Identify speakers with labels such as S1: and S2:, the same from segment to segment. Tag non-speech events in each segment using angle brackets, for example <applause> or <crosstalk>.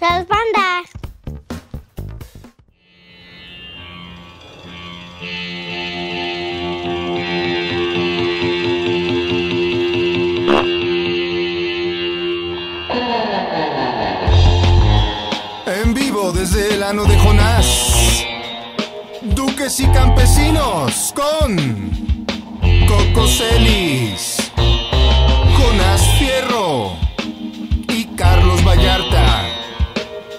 S1: Las bandas.
S2: En vivo desde el ano de Jonás. Duques y campesinos con Coco Celis, Jonás Fierro y Carlos Vallarta.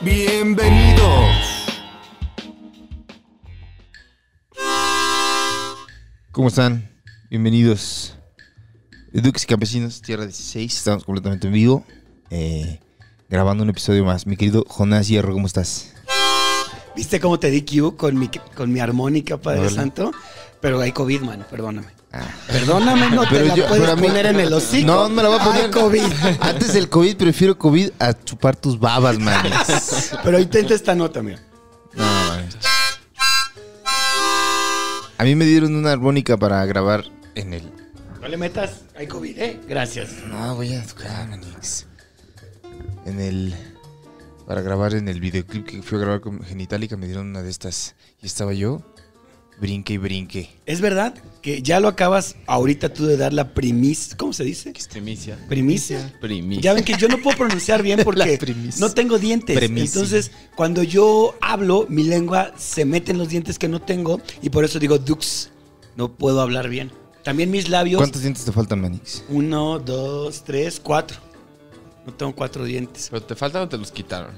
S2: Bienvenidos. ¿Cómo están? Bienvenidos. Duques y Campesinos, Tierra 16. Estamos completamente en vivo. eh, grabando un episodio más. Mi querido Jonás Hierro, ¿cómo estás?
S3: ¿Viste cómo te di cue con mi, con mi armónica, Padre
S2: Órale.
S3: Santo? Pero hay COVID, mano, perdóname. Perdóname, no te la puedes
S2: Ah. pero a mí-
S3: poner en el hocico.
S2: No, me la voy a poner.
S3: Ay, COVID.
S2: <laughs> Antes del COVID prefiero COVID a chupar tus babas,
S3: <laughs>
S2: man.
S3: Pero intenta esta nota, mira.
S2: No, man. A mí me dieron una armónica para grabar en el.
S3: No le metas, hay COVID, ¿eh? Gracias.
S2: No, voy a tocar, manix. En el. Para grabar en el videoclip que fui a grabar con Genitalica me dieron una de estas. Y estaba yo. Brinque y brinque.
S3: Es verdad que ya lo acabas ahorita tú de dar la primicia. ¿Cómo se dice?
S4: Primicia.
S3: Primicia.
S4: Primicia.
S3: Ya ven que yo no puedo
S2: <laughs>
S3: pronunciar bien porque
S2: primicia.
S3: no tengo dientes.
S2: Primicia.
S3: Entonces, cuando yo hablo, mi lengua se mete en los dientes que no tengo y por eso digo dux. No puedo hablar bien. También mis labios.
S2: ¿Cuántos dientes te faltan, Manix?
S3: Uno, dos, tres, cuatro. No tengo cuatro dientes.
S4: ¿Pero te faltan o te los quitaron?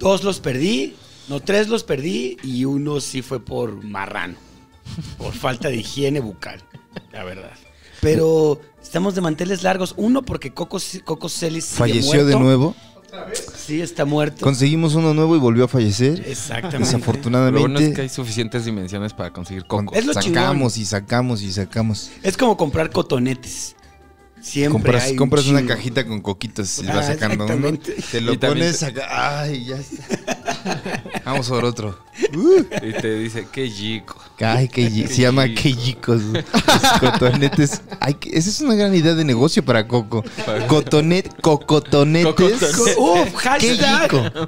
S3: Dos los perdí, no, tres los perdí y uno sí fue por marrano, por falta de higiene bucal, la verdad. Pero estamos de manteles largos. Uno porque Coco, Coco Celis sigue
S2: Falleció de
S3: muerto.
S2: nuevo.
S3: Sí, está muerto.
S2: Conseguimos uno nuevo y volvió a fallecer.
S3: Exactamente.
S4: Lo
S2: Desafortunadamente.
S4: bueno es que hay suficientes dimensiones para conseguir coco.
S3: Es lo
S2: sacamos y sacamos y sacamos.
S3: Es como comprar cotonetes. Siempre
S2: Compras,
S3: hay un
S2: compras una
S3: chingo.
S2: cajita con coquitos y
S3: Ah,
S2: vas sacando uno.
S3: exactamente.
S2: Te lo
S4: Y también
S2: pones acá. Ay,
S3: <laughs>
S2: ya está. Vamos por otro.
S4: Y te dice, qué chico.
S2: Ay, que ye- se llama Keyicos. Cotonetes. Ay, que- esa es una gran idea de negocio para Coco. Cotonet, cocotonetes.
S4: Cocotonetes.
S3: Uf,
S2: <laughs> Qué
S3: hashtag.
S2: rico.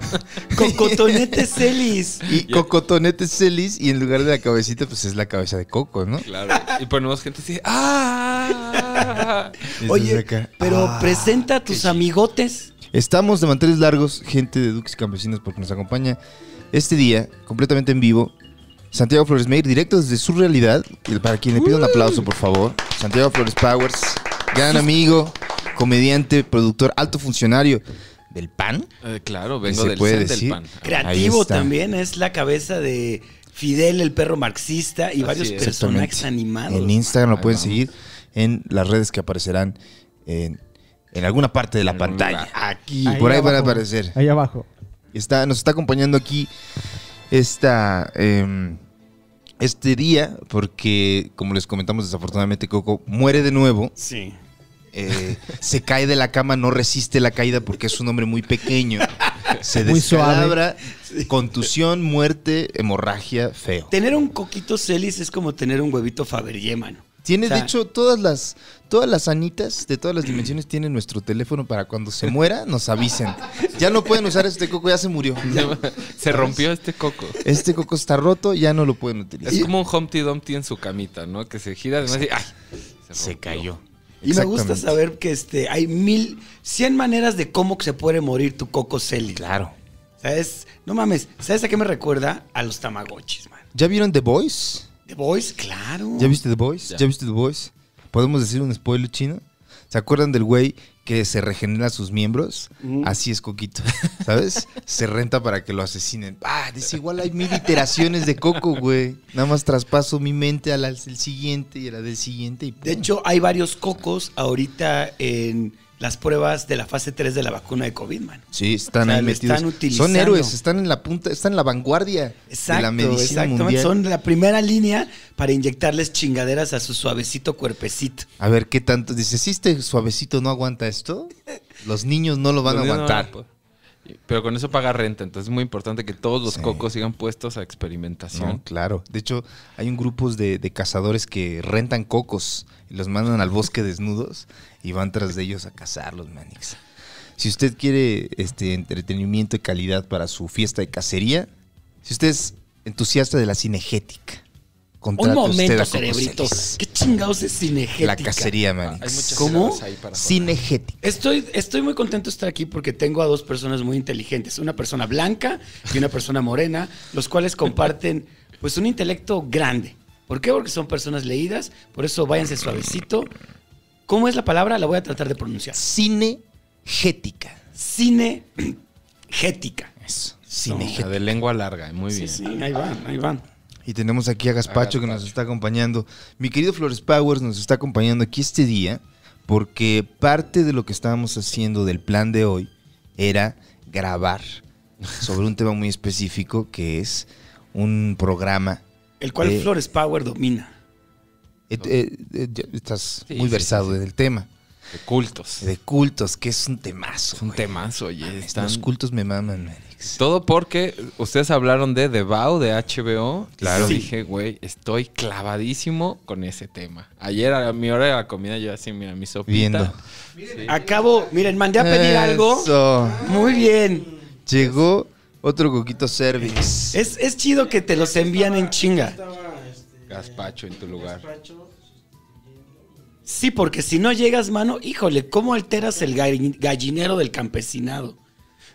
S3: Con cotonetes
S2: <laughs>
S3: Celis.
S2: Y cocotonetes celis. Y en lugar de la cabecita, pues es la cabeza de Coco, ¿no?
S4: Claro. Y ponemos gente así, ¡ah!
S2: Y
S3: Oye,
S2: entonces acá,
S3: pero
S2: ah,
S3: presenta a tus amigotes.
S2: Estamos de manteles largos, gente de Duques y Campesinos, porque nos acompaña este día completamente en vivo. Santiago Flores Meir, directo desde su realidad. Y Para quien le pido un aplauso, por favor. Santiago Flores Powers, gran amigo, comediante, productor, alto funcionario del PAN.
S4: Eh, claro,
S2: ¿Se
S4: vengo del
S2: puede
S4: set del
S2: decir?
S4: pan.
S3: Creativo
S2: está.
S3: también, es la cabeza de Fidel, el perro marxista, y varios
S4: es.
S3: personajes animados.
S2: En Instagram lo
S4: Ahí
S2: pueden
S4: vamos.
S2: seguir en las redes que aparecerán en, en alguna parte de la
S4: En algún
S2: pantalla.
S4: lugar.
S2: Aquí, por ahí van a
S5: abajo,
S2: aparecer.
S5: Ahí abajo.
S2: Está, nos está acompañando aquí esta, em, este día, porque como les comentamos, desafortunadamente Coco muere de nuevo.
S3: Sí.
S2: eh, se cae de la cama, no resiste la caída porque es un hombre muy pequeño. Se
S5: Muy suave.
S2: descalabra, contusión, muerte, hemorragia, feo.
S3: Tener un coquito celis es como tener un huevito Fabergé, mano.
S2: Tiene,
S3: O sea,
S2: de hecho, todas las, todas las anitas de todas las dimensiones tienen nuestro teléfono para cuando se muera nos avisen. Ya no pueden usar este coco, ya se murió.
S4: <laughs> Se rompió este coco.
S2: Este coco está roto, ya no lo pueden utilizar.
S4: Es como un Humpty Dumpty en su camita, ¿no? Que se gira además y ¡ay!
S2: Se
S4: rompió.
S2: cayó.
S3: Y me gusta
S2: Exactamente.
S3: saber que este, hay mil, cien maneras de cómo se puede morir tu coco celis.
S2: Claro.
S3: ¿Sabes? No mames, ¿sabes a qué me recuerda? A los tamagotchis, man.
S2: ¿Ya vieron The Voice?
S3: The Boys, claro.
S2: ¿Ya viste The Voice?
S4: Ya.
S2: ¿Ya, viste The Voice? ¿Podemos decir un spoiler chino? ¿Se acuerdan del güey que se regenera sus miembros? Así es Coquito, <laughs> ¿sabes? se renta para que lo asesinen. Ah, dice, igual hay mil iteraciones de Coco, güey. Nada más traspaso mi mente a la del siguiente y a la del siguiente. Y
S3: De hecho, hay varios cocos ahorita en las pruebas de la fase 3 de la vacuna de COVID, mano.
S2: Sí, están
S3: O sea,
S2: ahí
S3: lo
S2: metidos.
S3: están
S2: son
S3: utilizando.
S2: héroes, están en la punta, están en la vanguardia de la medicina
S3: exactamente.
S2: mundial.
S3: Son la primera línea para inyectarles chingaderas a su suavecito cuerpecito.
S2: A ver qué tanto. Dice, si este suavecito no aguanta esto, los niños no lo van a
S4: Los niños no
S2: aguantar.
S4: poder. Y- Pero con eso paga renta, entonces es muy importante que todos los
S2: Sí.
S4: cocos sigan puestos a
S2: No,
S4: experimentación.
S2: claro. De hecho, hay un grupo de, de cazadores que rentan cocos y los mandan al bosque desnudos y van tras de ellos a cazarlos, Manix. Si usted quiere este entretenimiento de calidad para su fiesta de cacería, si usted es entusiasta de la cinegética,
S3: Un
S2: contrate usted a
S3: momento,
S2: Cocos
S3: cerebrito.
S2: Celis.
S3: ¿Qué chingados es cinegética?
S2: La cacería,
S4: Hay
S2: Manix.
S4: muchas
S3: ¿Cómo?
S4: sílabas ahí para
S2: Cinegética.
S3: Estoy, estoy muy contento de estar aquí porque tengo a dos personas muy inteligentes, una persona blanca y una persona morena, los cuales comparten pues un intelecto grande. ¿Por qué? Porque son personas leídas, por eso váyanse suavecito. ¿Cómo es la palabra? La voy a tratar de pronunciar.
S2: Cinegética.
S3: Cinegética.
S2: Eso.
S4: joder.
S2: Cinegética.
S4: de lengua larga, muy
S3: Sí,
S4: bien.
S3: sí, ahí van, ahí van.
S2: Y tenemos aquí a Gaspacho,
S4: A
S2: que nos
S4: Gazpacho.
S2: está acompañando. Mi querido Flores Powers nos está acompañando aquí este día porque parte de lo que estábamos haciendo del plan de hoy era grabar sobre un tema muy específico que es un programa.
S3: El cual
S2: Eh.
S3: Flores Power domina.
S2: Eh, eh, eh, ya estás
S4: Sí,
S2: muy
S4: sí,
S2: versado en el tema
S4: De cultos.
S2: de cultos, que es un temazo.
S4: Es un
S2: güey.
S4: temazo, oye.
S2: Mames,
S4: están-
S2: Los cultos me maman, Manix.
S4: Todo porque ustedes hablaron de The Vow, de HBO.
S3: Claro.
S4: Claro.
S3: Sí.
S4: Dije, güey, estoy clavadísimo con ese tema. Ayer a mi hora de la comida yo así, mira, mi sopita.
S2: Viendo.
S3: Acabo, miren, mandé a pedir algo.
S2: Eso.
S3: Muy bien.
S2: Llegó otro coquito cervix.
S3: Es, es chido que te los envían en chinga.
S4: Gazpacho en tu lugar.
S3: Sí, porque si no llegas, mano, híjole, ¿cómo alteras el galli- gallinero del campesinado?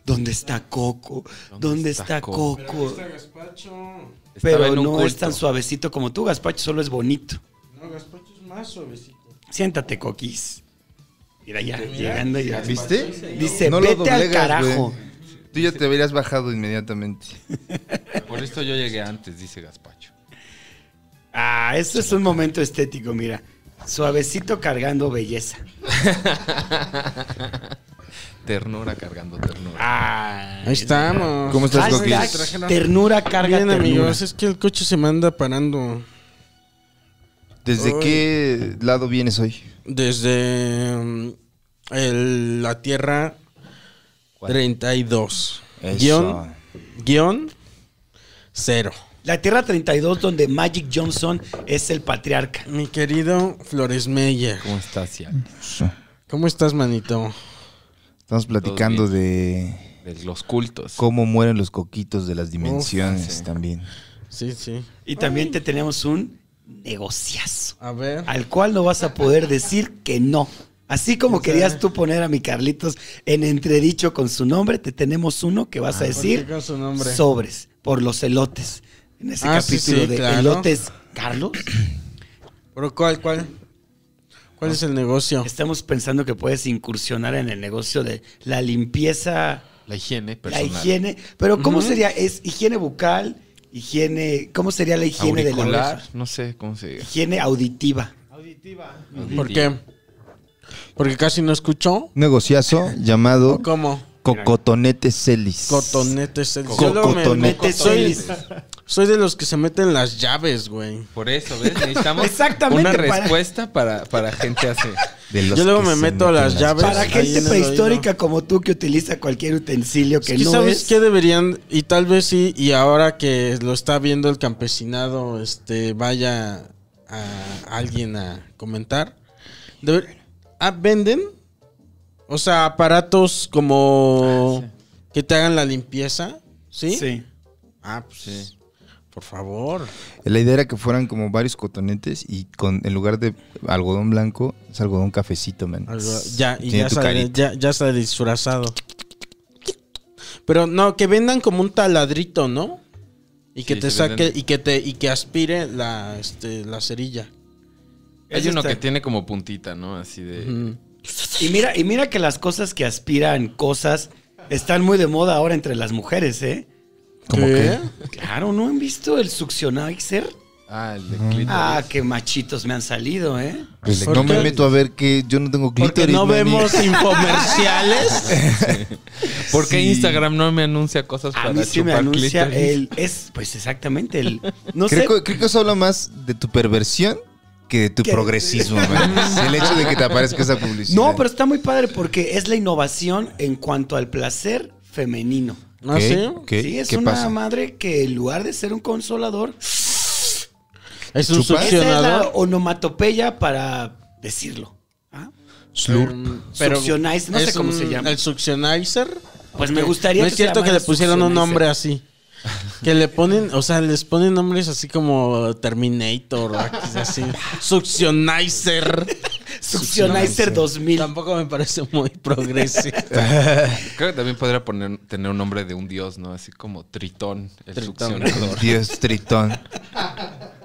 S3: ¿Dónde está Coco? ¿Dónde, está, Coco? Pero,
S4: Estaba en un
S3: no es
S4: culto.
S3: tan suavecito como tú, Gaspacho, solo es bonito.
S1: No, Gaspacho es más suavecito.
S3: Siéntate, Coquis. Mira ya, llegando ya.
S2: ¿Viste?
S3: Dice, vete al carajo.
S2: güey. Tú ya te habrías bajado inmediatamente.
S4: Por esto yo llegué antes, dice Gazpacho.
S3: Ah, eso es un momento estético, mira. Suavecito cargando belleza.
S4: Ternura cargando ternura.
S3: Ah,
S1: Ahí estamos.
S2: ¿Cómo estás, Coquis?
S3: Hashtag Ternura carga
S1: Bien,
S3: ternura.
S1: amigos, es que el coche se me anda parando
S2: ¿Desde
S1: Ay.
S2: qué lado vienes hoy?
S1: desde mm, el- la Tierra 32.
S2: Eso.
S1: Guión, guión, cero.
S3: La Tierra 32, donde Magic Johnson es el patriarca.
S1: Mi querido Flores Meyer,
S4: ¿Cómo estás, ya?
S1: ¿cómo estás, manito?
S2: Estamos platicando de
S4: De los cultos.
S2: cómo mueren los coquitos de las dimensiones
S4: sí.
S2: también.
S1: Sí, sí.
S3: Y también te tenemos un negociazo,
S1: A ver.
S3: al cual no vas a poder decir que no. Así como querías tú poner a mi Carlitos en entredicho con su nombre, te tenemos uno que vas a decir
S1: qué con su nombre?
S3: sobres por los elotes. En ese
S1: Ah, sí,
S3: capítulo
S1: sí,
S3: de
S1: claro.
S3: elotes, Carlos,
S1: ¿Pero cuál, cuál? ¿Cuál es el negocio?
S3: estamos pensando que puedes incursionar en el negocio de la limpieza,
S4: La higiene personal.
S3: la higiene. Pero ¿cómo sería? ¿Es higiene bucal? ¿Higiene? ¿Cómo sería la higiene de la
S4: Auricular.
S3: oreja?
S4: No sé cómo se diga.
S3: Higiene auditiva.
S1: ¿Por qué? ¿Porque casi no escuchó? <laughs>
S2: Negociazo llamado
S1: ¿Cómo?
S2: Cocotonete Celis.
S1: Cotonete Celis.
S2: Co-
S1: Yo luego me-
S2: cotonete
S1: me- soy,
S3: Celis.
S1: soy de los que se meten las llaves, güey.
S4: Por eso, ¿ves?
S3: <laughs>
S4: Necesitamos
S3: Exactamente,
S4: una
S3: para-
S4: respuesta para, para
S3: <laughs>
S4: gente así.
S2: De los
S1: Yo luego
S2: que
S1: me
S2: se
S1: meto a
S2: meten
S1: las llaves.
S3: Para
S1: Ahí
S3: gente
S1: en el
S3: prehistórica
S1: oído.
S3: como tú que utiliza cualquier utensilio que
S1: Es que
S3: no
S1: ¿Sabes
S3: es.
S1: qué deberían? Y tal vez sí, y ahora que lo está viendo el campesinado, este, vaya a alguien a comentar. Debe- ah, ¿Venden? O sea, aparatos como que te hagan la limpieza, ¿sí?
S3: Ah, Sí.
S1: Ah, pues Por favor.
S2: La idea era que fueran como varios cotonetes y con en lugar de algodón blanco es algodón cafecito, man.
S1: Algo- Ya, y
S2: Tiene
S1: ya
S2: tu
S1: sale,
S2: carita.
S1: ya, ya sale disfrazado. Pero no, que vendan como un taladrito, ¿no? Y que
S4: Sí,
S1: te
S4: sí
S1: saque,
S4: venden.
S1: y que te, y que aspire la, este, la cerilla.
S4: Hay
S3: Eso
S4: uno
S3: está.
S4: que tiene como puntita, ¿no? Así de.
S1: Ujú.
S3: Y mira, y mira que las cosas que aspiran cosas están muy de moda ahora entre las mujeres, ¿eh?
S2: ¿Cómo
S1: ¿Qué?
S2: qué?
S3: Claro, ¿no han visto el succionixer?
S4: Ah, el de clítoris.
S3: Ah, qué machitos me han salido, ¿eh?
S2: Pues
S1: ¿Por
S2: no me
S1: qué?
S2: meto a ver que yo no tengo clítoris.
S1: Porque no
S2: maní.
S1: vemos infomerciales.
S4: ¿Por qué Instagram no me anuncia cosas
S3: A
S4: para
S3: mí sí me
S4: chupar
S3: anuncia
S4: clítoris?
S3: el... Es, pues exactamente el... No sé...
S2: Creo, que- creo que eso habla más de tu perversión que de tu
S3: ¿Qué?
S2: progresismo, man. El hecho de que te aparezca esa publicidad.
S3: No, pero está muy padre porque es la innovación en cuanto al placer femenino.
S1: ¿Ah, sí?
S2: ¿Qué?
S3: Sí, es
S2: ¿Qué
S3: una
S2: pasa?
S3: madre que en lugar de ser un consolador,
S1: Es un
S2: ¿Chupas?
S3: esa es la
S1: succionador.
S3: onomatopeya para decirlo. ¿ah?
S1: Slurp.
S3: Succionizer, no sé cómo se llama.
S1: El succionizer.
S3: Pues me gustaría
S1: No es
S3: se
S1: cierto que
S3: llamara
S1: le pusieron un
S3: succionizer.
S1: nombre así. Que le ponen, o sea, les ponen nombres así como Terminator, o así. Succionizer.
S3: Succionizer
S1: <laughs>
S3: 2000.
S1: Tampoco me parece muy progresista.
S4: Creo que también podría poner, tener un nombre de un dios, ¿no? Así como Tritón, el
S1: Tritón.
S3: <laughs>
S4: succionador.
S2: Dios Tritón.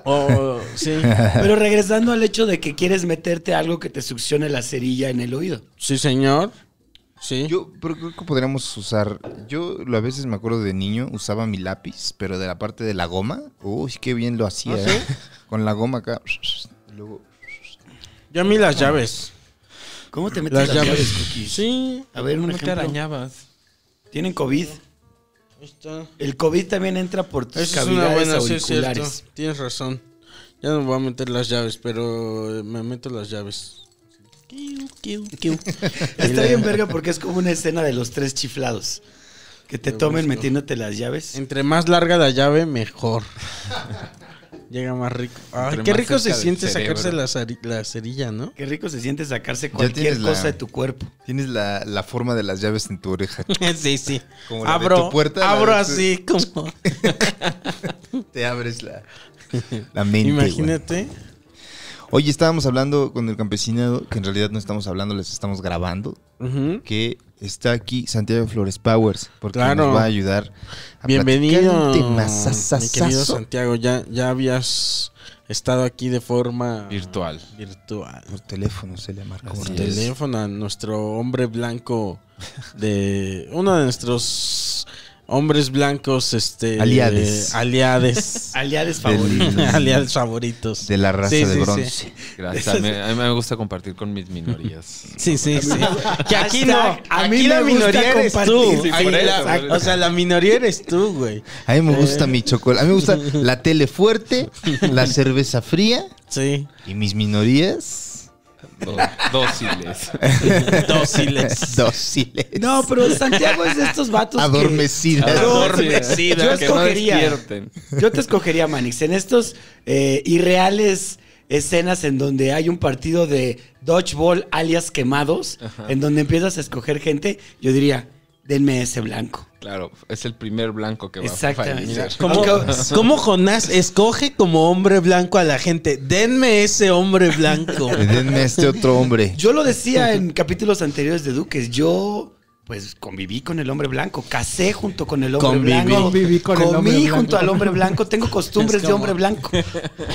S1: O, sí,
S3: Pero regresando al hecho de que quieres meterte algo que te succione la cerilla en el oído.
S1: sí, señor. Sí.
S2: Yo pero creo que podríamos usar. Yo lo- a veces me acuerdo de niño, usaba mi lápiz, pero de la parte de la goma. Uy, qué bien lo
S3: ¿Ah,
S2: hacía. ¿eh? Con la goma acá. y Luego,
S1: Yo a mí las llaves.
S3: ¿Cómo te metes
S1: Las
S3: las, llaves,
S1: llaves.
S3: Cookies?
S1: Sí.
S3: A ver, un
S4: ¿Cómo te
S3: ejemplo.
S4: arañabas?
S3: Tienen COVID.
S1: Ahí está.
S3: El COVID también entra por tus
S1: Esa es una
S3: cavidades
S1: buena, sí, es cierto.
S3: auriculares.
S1: Tienes razón. Ya no me voy a meter las llaves, pero eh, me meto las llaves. Kiu, kiu, kiu.
S3: <laughs> Está bien verga porque es como una escena de los tres chiflados. Que te tomen metiéndote las llaves.
S1: Entre más larga la llave, mejor. Llega más rico. Ay,
S4: Entre
S1: qué
S4: más
S1: rico se
S4: cerca del
S1: siente sacarse
S4: cerebro.
S1: la, ceri- la cerilla,
S3: <laughs>
S1: ¿no?
S3: Qué rico se siente sacarse
S2: Ya
S3: cualquier
S2: tienes la-
S3: cosa de tu cuerpo.
S2: tienes la, la forma de las llaves en tu oreja.
S1: sí, sí.
S2: Como la de
S1: abro
S2: tu puerta, la
S1: abro
S2: de tu-
S1: así
S2: <laughs>
S1: como...
S2: Te abres la, la mente. güey.
S1: Imagínate.
S2: Oye, estábamos hablando con el campesinado, que en realidad no estamos hablando, les estamos grabando.
S1: Ujú.
S2: que está aquí Santiago Flores Powers, porque
S1: Claro.
S2: nos va a ayudar a platicar
S1: Bienvenido,
S2: un tema
S1: mi querido
S2: sasasazo.
S1: Santiago. Ya, ya habías estado aquí de forma
S4: Virtual.
S1: virtual.
S2: Por teléfono se le marcó.
S1: por
S2: ¿no?
S1: teléfono a nuestro hombre blanco
S2: <laughs>
S1: de uno de nuestros hombres blancos este
S2: Aliades.
S1: eh,
S2: <laughs>
S1: aliades <laughs>
S3: Aliades favoritos.
S1: aliades favoritos
S2: De la raza
S1: Sí,
S2: de
S1: sí,
S2: bronce.
S1: sí.
S4: Gracias. A mí, a mí me gusta compartir con mis minorías.
S1: <laughs> Sí, sí,
S3: <laughs>
S1: sí. Que aquí no.
S3: Hashtag, a mí
S1: aquí la
S3: me gusta
S1: minoría eres tú.
S3: compartir. Sí,
S1: Ahí
S4: por eso,
S1: la-
S4: por eso.
S1: o sea, la minoría eres tú, güey.
S2: A mí me
S1: Eh.
S2: gusta mi chocolate, a mí me
S1: <laughs>
S2: gusta la tele fuerte, la cerveza fría <laughs>
S1: Sí.
S2: y mis minorías
S4: Do- dóciles.
S1: Dóciles.
S2: <laughs> dóciles,
S3: <laughs>
S1: pues,
S3: No, pero Santiago es de estos vatos que-
S2: adormecidas.
S1: Adormecidas.
S3: Yo
S4: Que no
S3: escogería.
S4: despierten.
S3: Yo te escogería, Manix, en estos eh, irreales escenas en donde hay un partido de dodgeball alias quemados, en donde empiezas a escoger gente, yo diría, denme ese blanco.
S4: Claro, es el primer blanco que va
S3: Exactamente.
S4: a fallecer.
S1: ¿Cómo,
S3: Aunque-
S1: cómo Jonás escoge como hombre blanco a la gente? Denme ese hombre blanco.
S2: <laughs> Denme a este otro hombre.
S3: Yo lo decía en capítulos anteriores de Duques, yo pues conviví con el hombre blanco, casé junto con el hombre
S1: Conviví.
S3: blanco,
S6: Conviví con el
S3: comí
S6: hombre blanco.
S3: junto al hombre blanco, tengo costumbres
S1: Es
S3: de
S1: como-
S3: hombre blanco.
S6: <laughs>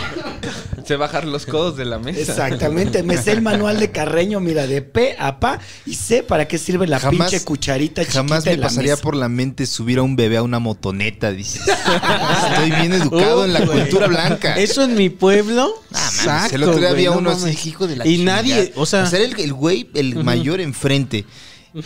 S4: Se bajan los codos de la mesa.
S3: Exactamente, me sé el manual de Carreño, mira, de pe a pa y sé para qué sirve la
S2: Jamás-
S3: pinche cucharita chiquita
S2: Jamás me
S3: en la
S2: pasaría
S3: mesa.
S2: por la mente subir a un bebé a una motoneta,
S1: <laughs>
S2: dices. Estoy bien educado en la
S1: Uy, güey.
S2: cultura blanca.
S1: Eso en mi pueblo.
S2: Ah, mames,
S1: saco,
S2: el otro día
S1: güey,
S2: había
S1: no
S2: uno
S1: mames.
S2: así, hijo de la
S1: Y
S2: chingada.
S1: nadie, o sea,
S2: era el, el güey, el mayor enfrente.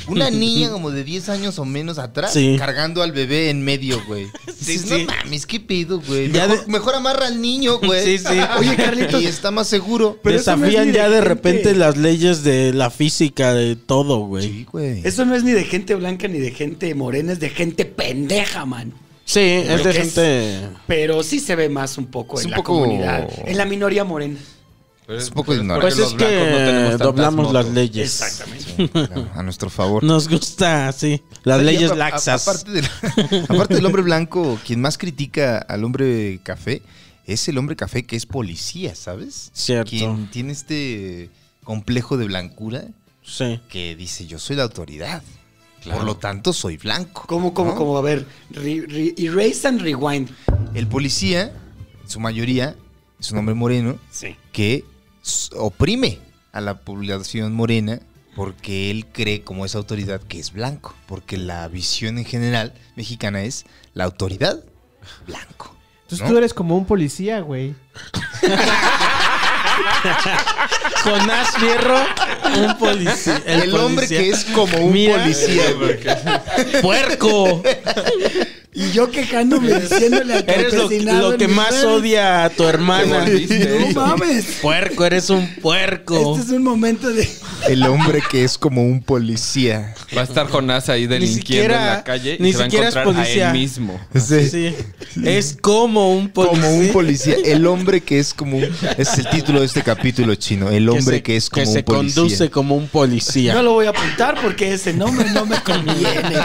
S2: Una
S1: <laughs>
S2: niña como de 10 años o menos atrás,
S1: Sí.
S2: cargando al bebé en medio, güey.
S1: <laughs> Sí,
S2: Dices,
S1: sí.
S2: No mames, ¿qué pedo, güey?
S1: Ya
S2: Mejor,
S1: de-
S2: mejor amarra al
S1: <laughs>
S2: niño, güey.
S1: Sí, sí.
S2: <laughs> Oye, Carlitos. Y está más seguro.
S3: Pero eso no es
S1: desafían
S3: ni de
S1: ya de
S3: gente.
S1: repente las leyes de la física, de todo, güey.
S2: Sí, güey.
S3: Eso no es ni de gente blanca ni de gente morena, es de gente pendeja, man.
S1: Sí, es
S3: Creo
S1: de
S3: que
S1: gente.
S3: Pero sí se ve más un poco
S2: Es
S3: en
S2: un
S3: la
S2: poco-
S3: comunidad, en la minoría morena.
S4: Pero
S2: Es un poco
S4: pero
S2: ignorante.
S4: porque
S1: Pues
S4: los
S1: es
S4: blancos no tenemos
S1: que
S4: tantas
S1: doblamos las
S4: motos.
S1: leyes.
S3: Exactamente.
S2: Claro, a nuestro favor.
S1: Nos gusta, sí. Las
S2: Y
S1: leyes
S2: apa- a-
S1: laxas.
S2: Aparte del, <laughs> aparte del hombre blanco, quien más critica al hombre café es el hombre café que es policía, ¿sabes?
S1: Cierto.
S2: Quien tiene este complejo de blancura
S1: Sí.
S2: que dice yo soy la autoridad.
S4: Claro.
S2: Por lo tanto, soy blanco.
S3: Como, como,
S2: ¿no?
S3: como, a ver, re- re- erase and rewind.
S2: El policía, en su mayoría, es un hombre moreno
S3: Sí.
S2: que s- oprime a la población morena porque él cree, como es autoridad, que es blanco. Porque la visión en general mexicana es la autoridad blanco.
S5: Entonces
S2: ¿No?
S5: tú eres como un policía, güey.
S1: Jonás Fierro, un policía.
S2: El, hombre
S1: policía.
S2: que es como un
S1: Mira.
S2: policía, güey.
S1: <laughs> ¡Puerco!
S3: Y yo
S1: <laughs>
S3: quejándome, diciéndole al
S1: Eres lo,
S3: campesinado
S1: lo
S3: en
S1: que
S3: mis
S1: más
S3: redes.
S1: odia a tu <laughs> hermana.
S3: No mames.
S1: Puerco, eres un puerco.
S3: Este es un momento de.
S2: El hombre que es como un policía.
S4: Va a estar Jonás ahí delinquiendo en
S1: siquiera-
S4: la calle y
S1: ni
S4: se va a
S1: siquiera es
S4: encontrar a
S1: policía.
S4: él mismo.
S2: Ese-
S1: Ah, Sí. Es como un policía.
S2: Como un policía. El hombre que es como un. Ese es el título de este capítulo chino. El hombre que,
S1: se-
S2: es como
S1: que
S2: un
S1: se
S2: policía.
S1: conduce como un <laughs> policía.
S3: No lo voy a apuntar porque ese nombre no me
S1: <laughs>
S3: conviene.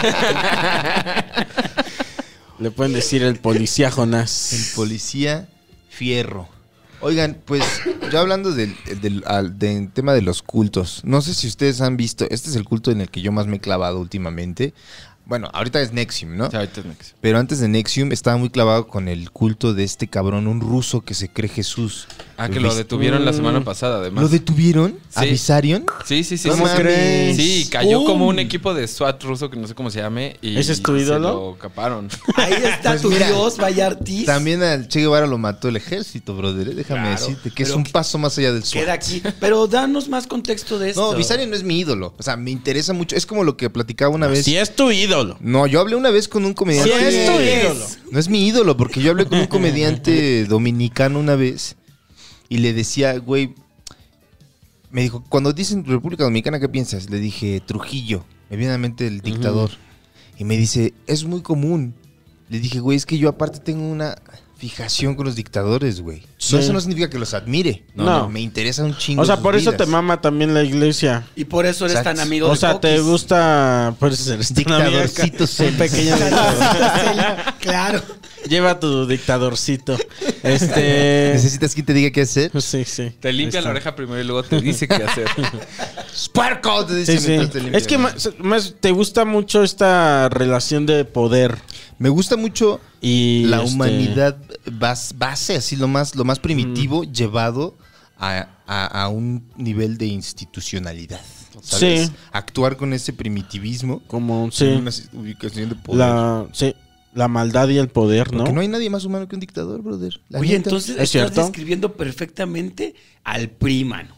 S1: Le pueden decir el policía Jonás.
S2: El policía fierro. Oigan, pues ya hablando del, del- al- del tema de los cultos, no sé si ustedes han visto, este es el culto en el que yo más me he clavado últimamente. Bueno, ahorita es Nexium, ¿no?
S4: O sea, ahorita es Nex.
S2: Pero antes de Nexium estaba muy clavado con el culto de este cabrón, un ruso que se cree Jesús.
S4: Ah, que lo
S2: viste?
S4: detuvieron la semana pasada, además.
S2: ¿Lo detuvieron?
S4: Sí.
S2: ¿Avisaron?
S4: Sí, sí, sí.
S2: ¿Cómo
S4: sí,
S2: crees?
S4: Sí, cayó
S1: ¡Pum!
S4: como un equipo de SWAT ruso que no sé cómo se llame. Y
S1: ¿Ese es tu ídolo?
S4: Se lo caparon.
S3: Ahí está
S2: Pues
S3: tu
S2: mira,
S3: Dios, Vallartis.
S2: También al Che Guevara lo mató el ejército, brother. eh. Déjame
S3: Claro,
S2: decirte que es
S3: pero
S2: un
S3: que-
S2: paso más allá del sur.
S3: Queda aquí. Pero danos más contexto de esto.
S2: No, Visarion no es mi ídolo. O sea, me interesa mucho. Es como lo que platicaba una vez.
S1: Si es tu ídolo.
S2: No, yo hablé una vez con un comediante.
S1: Si es tu ídolo.
S2: No es mi ídolo, porque yo hablé con un
S1: <laughs>
S2: comediante dominicano una vez y le decía, güey, me dijo, cuando dicen República Dominicana, ¿qué piensas? Le dije, Trujillo, me viene a la mente el dictador. Y me dice, es muy común. Le dije, güey, es que yo aparte tengo una fijación con los dictadores, güey.
S1: Sí.
S2: No, eso no significa que los admire. No,
S1: No.
S2: no, me interesa un chingo.
S1: O sea,
S2: sus
S1: por eso
S2: vidas.
S1: te mama también la iglesia.
S3: Y por eso eres
S2: Exacto.
S3: tan amigo
S1: O
S3: de
S1: sea, te
S3: Coquis.
S1: gusta. pues, Por eso eres tan amiga.
S2: Dictadorcito
S1: Un
S2: Celis.
S1: pequeño
S2: <laughs>
S3: Claro.
S1: Lleva tu dictadorcito. Este.
S2: ¿Necesitas que te diga qué
S1: <laughs>
S2: hacer?
S1: Sí, sí. Este.
S4: Te limpia la oreja primero y luego te dice qué hacer.
S2: ¡Puerco! Te dice
S1: Sí, sí.
S2: mientras te limpias.
S1: Es que más, más te gusta mucho esta relación de poder
S2: Me gusta mucho
S1: y
S2: la
S1: este,
S2: humanidad bas- base, así lo más, lo más primitivo llevado a, a- a un nivel de institucionalidad. ¿sabes?
S1: Sí.
S2: Actuar con ese primitivismo.
S1: Como
S2: en
S1: sí,
S2: Una si- ubicación de poder.
S1: la sí, la maldad y el poder, ¿no?
S2: Porque no hay nadie más humano que un dictador, brother. La
S3: Oye,
S2: neta.
S3: entonces
S1: ¿Es
S3: estás
S1: cierto?
S3: describiendo perfectamente al PRI, mano.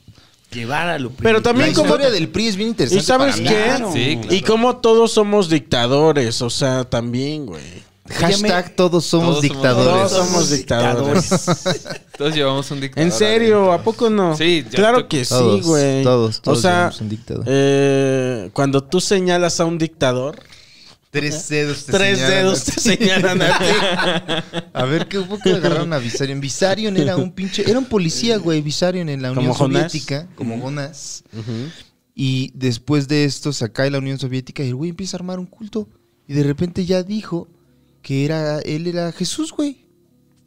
S3: Llevar a lo PRI.
S1: Pero
S2: La
S1: también como
S2: historia del PRI es bien interesante.
S1: ¿Y sabes
S2: para mí.
S1: qué?
S4: Sí, claro.
S1: Y como todos somos dictadores, o sea, también, güey.
S2: Hashtag todos somos
S4: Todos somos-
S2: dictadores.
S1: Todos somos dictadores.
S4: Todos llevamos un dictador.
S1: En serio, ¿a poco no?
S4: Sí, yo
S1: claro
S4: estoy-
S1: que sí,
S2: Todos,
S1: güey.
S2: todos, todos
S1: o sea,
S2: somos un dictador.
S1: eh, cuando tú señalas a un dictador,
S2: Tres dedos. te
S1: tres
S2: señalan.
S1: dedos te
S2: <laughs>
S1: señalan a ti.
S2: A ver, ¿qué fue que agarraron a Visarion? Visarion era un pinche... Era un policía, güey, Visarion en la Unión
S1: ¿Como Jonás?
S2: Soviética. Como Jonas. Y después de esto se cae la Unión Soviética y el güey empieza a armar un culto. Y de repente ya dijo que era él era Jesús, güey.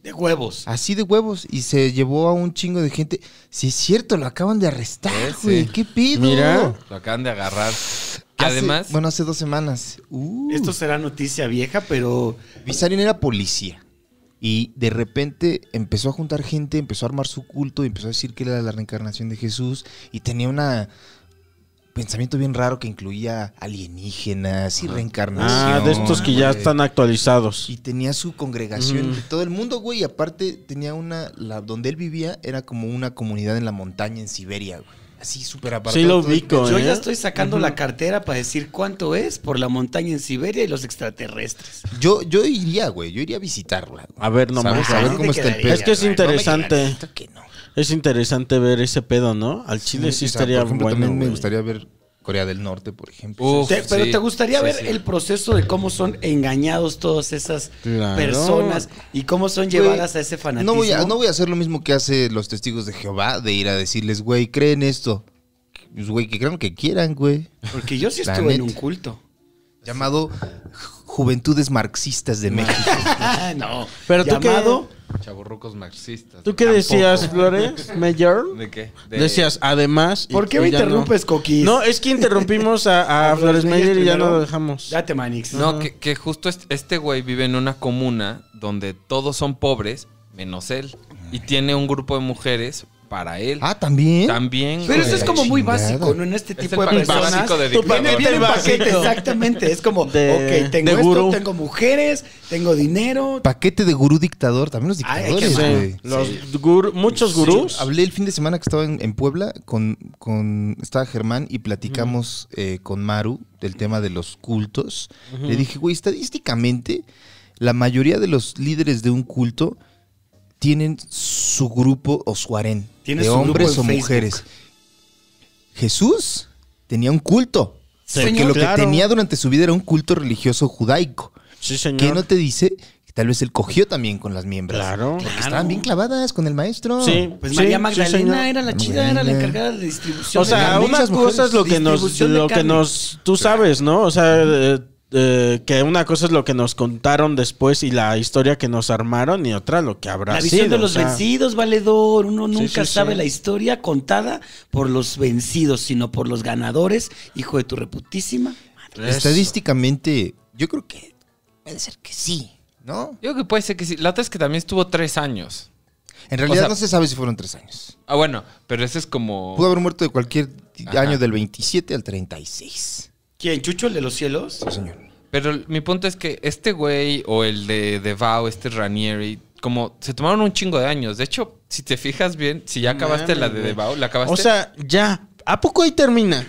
S3: De huevos.
S2: Así de huevos. Y se llevó a un chingo de gente. Si es cierto, lo acaban de arrestar,
S4: Eh, sí.
S2: güey. ¿Qué pedo?
S1: Mira.
S4: Lo acaban de agarrar. Que
S2: Hace-
S4: además,
S2: Ah, Bueno, hace dos semanas. Uh.
S3: Esto será noticia vieja, pero
S2: Visarion era policía. Y de repente empezó a juntar gente, empezó a armar su culto, y empezó a decir que él era la reencarnación de Jesús. Y tenía un pensamiento bien raro que incluía alienígenas y reencarnación.
S1: Ah, de estos que ya
S2: güey.
S1: están actualizados.
S2: Y tenía su congregación
S1: Mm.
S2: de todo el mundo, güey. Y aparte tenía una... La, donde él vivía era como una comunidad en la montaña en Siberia, güey. Así súper apartado.
S1: Sí lo
S2: todo el
S1: ubico,
S2: pedo.
S3: yo
S1: ¿eh?
S3: ya estoy sacando la cartera para decir cuánto es por la montaña en Siberia y los extraterrestres.
S2: Yo, yo iría, güey. Yo iría a visitarla. güey.
S1: A ver, no
S2: ¿Sabes?
S1: más. Ah,
S2: A
S3: Ahí
S2: ver
S3: Pues te
S2: cómo está el
S3: quedaría,
S2: pedo.
S1: Es que es
S3: No me
S1: interesante.
S2: Esto que no.
S1: Es interesante ver ese pedo, ¿no? Al chile sí,
S2: o sea,
S1: estaría
S2: por ejemplo,
S1: bueno.
S2: También me
S1: güey.
S2: gustaría ver Corea del Norte, por ejemplo.
S4: Uf,
S3: Te- pero
S4: sí,
S3: te gustaría
S4: sí,
S3: ver
S4: sí.
S3: el proceso de cómo son engañados todas esas
S1: Claro.
S3: personas y cómo son llevadas
S2: Güey,
S3: a ese fanatismo.
S2: No voy a, no voy a hacer lo mismo que hace los testigos de Jehová, de ir a decirles, güey, creen esto. Pues, güey, que crean lo que quieran, güey.
S3: Porque yo sí
S2: La
S3: estuve en
S2: neta.
S3: un
S2: <laughs>
S3: culto. <laughs>
S2: Llamado Juventudes Marxistas de México.
S3: Ah, no.
S1: Pero tú
S3: Llamado-
S4: Chaburrucos marxistas.
S1: ¿Tú qué
S4: Tampoco.
S1: decías, Flores? Mayor.
S4: ¿De qué? De-
S1: Decías, además. y-
S3: ¿Por qué
S1: y
S3: me
S1: ya no.
S3: interrumpes, Coquis?
S1: No, es que interrumpimos a,
S3: <laughs>
S1: a
S3: A
S1: Flores
S3: Flores
S1: Mayer y ya
S3: Mayer
S1: no
S3: primero.
S1: lo dejamos.
S3: Date, Manix.
S4: No, que, que justo est- este güey vive en una comuna donde todos son pobres, menos él. Y tiene un grupo de mujeres para él.
S2: Ah, también.
S4: También.
S3: Pero eso
S4: güey.
S3: es como muy
S2: Chingada.
S3: básico, ¿no? En este
S4: Es
S3: tipo de
S4: el paquete
S3: personas.
S4: básico de
S3: Tu
S4: dictador.
S3: paquete viene en
S1: Paquete
S3: paquete,
S1: básico.
S3: exactamente. Es como,
S1: De-
S3: ok, tengo
S1: de
S3: esto,
S1: gurú.
S3: tengo mujeres, tengo dinero.
S2: Paquete de gurú dictador. También los
S3: Ay, hay
S2: dictadores,
S3: que
S2: güey.
S1: Sí, los gurú- muchos gurús.
S2: Hablé el fin de semana que estaba en, en Puebla con, con- Estaba Germán y platicamos eh, con Maru del tema de los cultos. Le dije, güey, estadísticamente, la mayoría de los líderes de un culto tienen su grupo o su harén.
S3: Tiene
S2: de
S3: su grupo
S2: hombres
S3: en
S2: o
S3: Facebook.
S2: mujeres. Jesús tenía un culto.
S1: Sí,
S2: porque lo
S1: claro.
S2: que tenía durante su vida era un culto religioso judaico.
S1: Sí, señor.
S2: ¿Qué no te dice? que Tal vez él cogió también con las miembros.
S1: Claro.
S2: Porque
S3: Claro.
S2: estaban bien clavadas con el maestro.
S1: Sí.
S3: Pues
S1: sí,
S3: María
S1: sí,
S3: Magdalena
S1: señor.
S3: era la chida, era la encargada de distribución.
S1: O
S3: de
S1: sea,
S3: carne.
S2: Muchas
S1: una
S2: mujeres.
S1: cosa es lo que nos,
S3: Distribución de
S1: lo que
S3: carne.
S1: nos, tú sabes, ¿no? O sea, eh, eh, que una cosa es lo que nos contaron después y la historia que nos armaron y otra lo que habrá
S3: La visión
S1: sido,
S3: de los
S1: o sea.
S3: vencidos, valedor. Uno
S1: Sí,
S3: nunca
S1: sí, sí.
S3: sabe la historia contada por los vencidos, sino por los ganadores. Hijo de tu reputísima.
S2: Estadísticamente, yo creo que puede ser que sí, ¿no?
S4: Yo creo que puede ser que sí. La otra es que también estuvo tres años.
S2: En realidad
S4: sea-
S2: no se sabe si fueron tres años.
S4: Ah, bueno, pero ese es como.
S2: Pudo haber muerto de cualquier
S4: Ajá.
S2: año del 27 al 36.
S3: ¿Quién? ¿Chucho, el de los cielos?
S2: Sí, pues, señor.
S4: Pero mi punto es que este güey o el de, de Vao, este Ranieri, como se tomaron un chingo de años. De hecho, si te fijas bien, si ya
S1: No
S4: acabaste
S1: mames,
S4: la de
S1: güey.
S4: Devao, la acabaste.
S1: O sea, ya. ¿A poco ahí termina?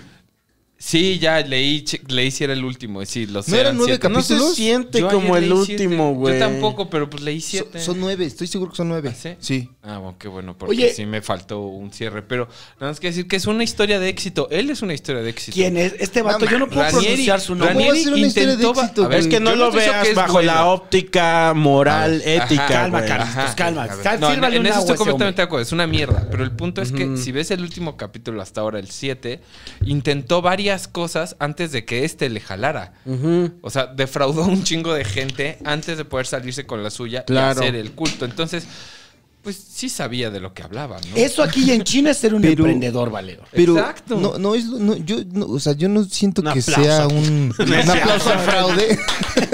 S4: sí, ya leí, che- leí si era el último. y Sí, los
S2: ¿No eran nueve
S4: siete.
S1: No se
S2: ¿Capítulos?
S1: siente
S4: Yo ayer
S1: como el
S4: leí siete.
S1: último, güey.
S4: Yo tampoco, pero pues leí
S2: So-
S4: siete.
S2: son nueve, estoy seguro que son nueve.
S4: ¿Ah, sí?
S2: Sí.
S4: Ah, bueno, qué bueno, porque
S3: Oye.
S4: sí me faltó un cierre. Pero nada más que decir que es una historia de éxito. Él es una historia de éxito.
S3: ¿Quién es? Este vato, yo no puedo
S4: Ranieri,
S3: pronunciar su nombre.
S2: ¿Cómo va a ser una historia de
S4: intentó ba-
S2: éxito?
S4: A ver,
S1: Es que no
S4: yo
S1: lo
S4: te digo que
S1: veas
S4: es
S1: bajo
S4: bueno.
S1: la óptica moral,
S4: Ajá.
S1: ética.
S3: Calma,
S1: güey.
S3: Carlitos,
S4: Ajá.
S3: Pues calma. Cal-
S4: No, en,
S3: sírvale
S4: en
S3: un
S4: eso
S3: agua a
S4: estoy
S3: ese
S4: completamente de
S3: hombre.
S4: acuerdo. Es una mierda. Pero el punto es que
S1: Ujú.
S4: si ves el último capítulo hasta ahora, el 7, intentó varias cosas antes de que este le jalara.
S1: Ujú.
S4: O sea, defraudó un chingo de gente antes de poder salirse con la suya
S1: Claro.
S4: y hacer el culto. Entonces, pues sí sabía de lo que hablaba, ¿no?
S3: Eso aquí y en China es ser un
S2: Pero-
S3: emprendedor, Valedor.
S2: Pero
S4: Exacto.
S2: no, no es lo- no, yo no, o sea, yo no siento
S1: Un
S2: que
S1: aplauso.
S2: sea
S4: <laughs>
S2: un, un aplauso al fraude. <laughs>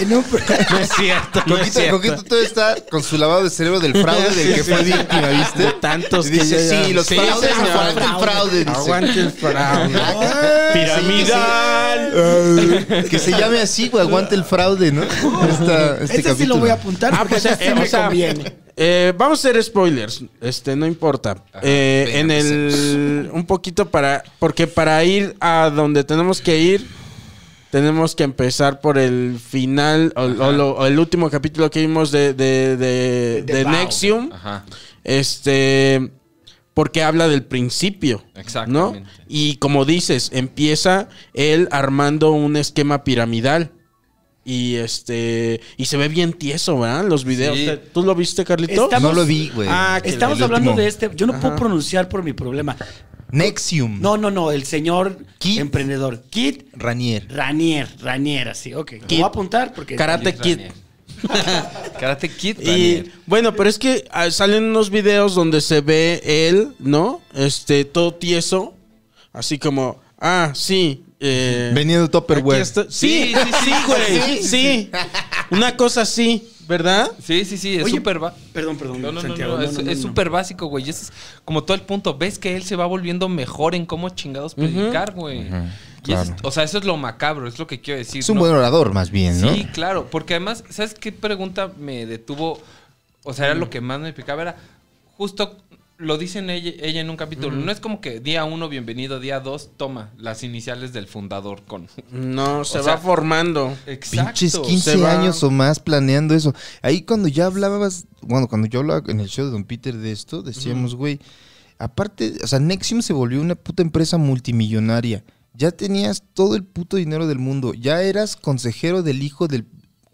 S2: En un-
S1: No es cierto. no es
S2: Coquito,
S1: cierto.
S2: Coquito todavía está con su lavado de cerebro del fraude del que fue víctima, ¿viste?
S1: De tantos
S2: Y
S1: que
S2: dice,
S1: ya-
S2: sí, los
S1: Sí,
S2: fraudes,
S1: señor.
S2: aguante el fraude, dice.
S1: Aguante el fraude.
S2: Ah,
S1: Piramidal.
S2: sí, que se- Que se llame así, güey, aguante el fraude, ¿no? Esta- este
S3: Este sí
S2: capítulo.
S3: lo voy a apuntar
S1: Ah,
S3: porque
S1: pues,
S3: este
S1: eh,
S3: me
S1: o sea,
S3: conviene.
S1: eh, vamos a hacer spoilers. Este, no importa.
S4: Ajá,
S1: Eh,
S4: venga,
S1: en el. Un poquito para. Porque para ir a donde tenemos que ir. Tenemos que empezar por el final. O, o lo- o el último capítulo que vimos de, de,
S3: De
S1: de- de
S3: Bao.
S1: Nexium.
S4: Ajá.
S1: Este. Porque habla del principio. ¿no?
S4: Exactamente.
S1: Y como dices, empieza él armando un esquema piramidal. Y este. Y se ve bien tieso, ¿verdad? Los videos.
S4: Sí.
S1: ¿Te- ¿Tú lo viste, Carlito?
S3: Está-
S2: No lo vi, güey.
S1: Ah, que
S3: Estamos
S2: el
S3: hablando
S2: último.
S3: de este. Yo no puedo pronunciar por mi problema.
S2: Nexium.
S3: No, no, no. El señor
S2: Kit.
S3: emprendedor. Kit
S2: Ranier.
S3: Ranier. Ranier, así, ok. Lo voy a apuntar porque.
S1: Karate
S4: Kid
S1: Kid.
S4: Ranier. <laughs> Karate Kid.
S1: Y
S4: Daniel.
S1: bueno, pero es que ah, salen unos videos donde se ve él, ¿no? Este, todo tieso. Así como, ah, sí. eh,
S2: Venido
S1: aquí
S2: Topperware.
S1: está- Sí,
S4: Sí, sí, sí,
S1: <laughs> sí, güey.
S4: sí,
S1: Sí. Una cosa así, ¿verdad?
S4: Sí, sí, sí, es
S3: Oye,
S4: súper va-
S3: Perdón, perdón.
S4: No, no, no,
S3: Santiago,
S4: no, es
S3: no,
S4: es
S3: no.
S4: súper básico, güey. Ese Es como todo el punto. Ves que él se va volviendo mejor en cómo chingados predicar, güey. Y eso es-
S2: claro.
S4: o sea, eso es lo macabro, es lo que quiero decir.
S2: Es un
S4: ¿no?
S2: buen orador, más bien, ¿no?
S4: Sí, claro, porque además, ¿sabes qué pregunta me detuvo? O sea, era lo que más me picaba, era justo lo dicen ella, ella en un capítulo. No es como que día uno, bienvenido, día dos, toma las iniciales del fundador con. <laughs>
S1: No, se
S4: O
S1: va
S4: sea,
S1: formando.
S4: Exacto.
S2: Pinches
S1: se
S2: 15
S1: va-
S2: años o más planeando eso. Ahí cuando ya hablabas, bueno, cuando yo hablaba en el show de Don Peter de esto, decíamos, güey, aparte, o sea, Nexium se volvió una puta empresa multimillonaria. Ya tenías todo el puto dinero del mundo. Ya eras consejero del hijo del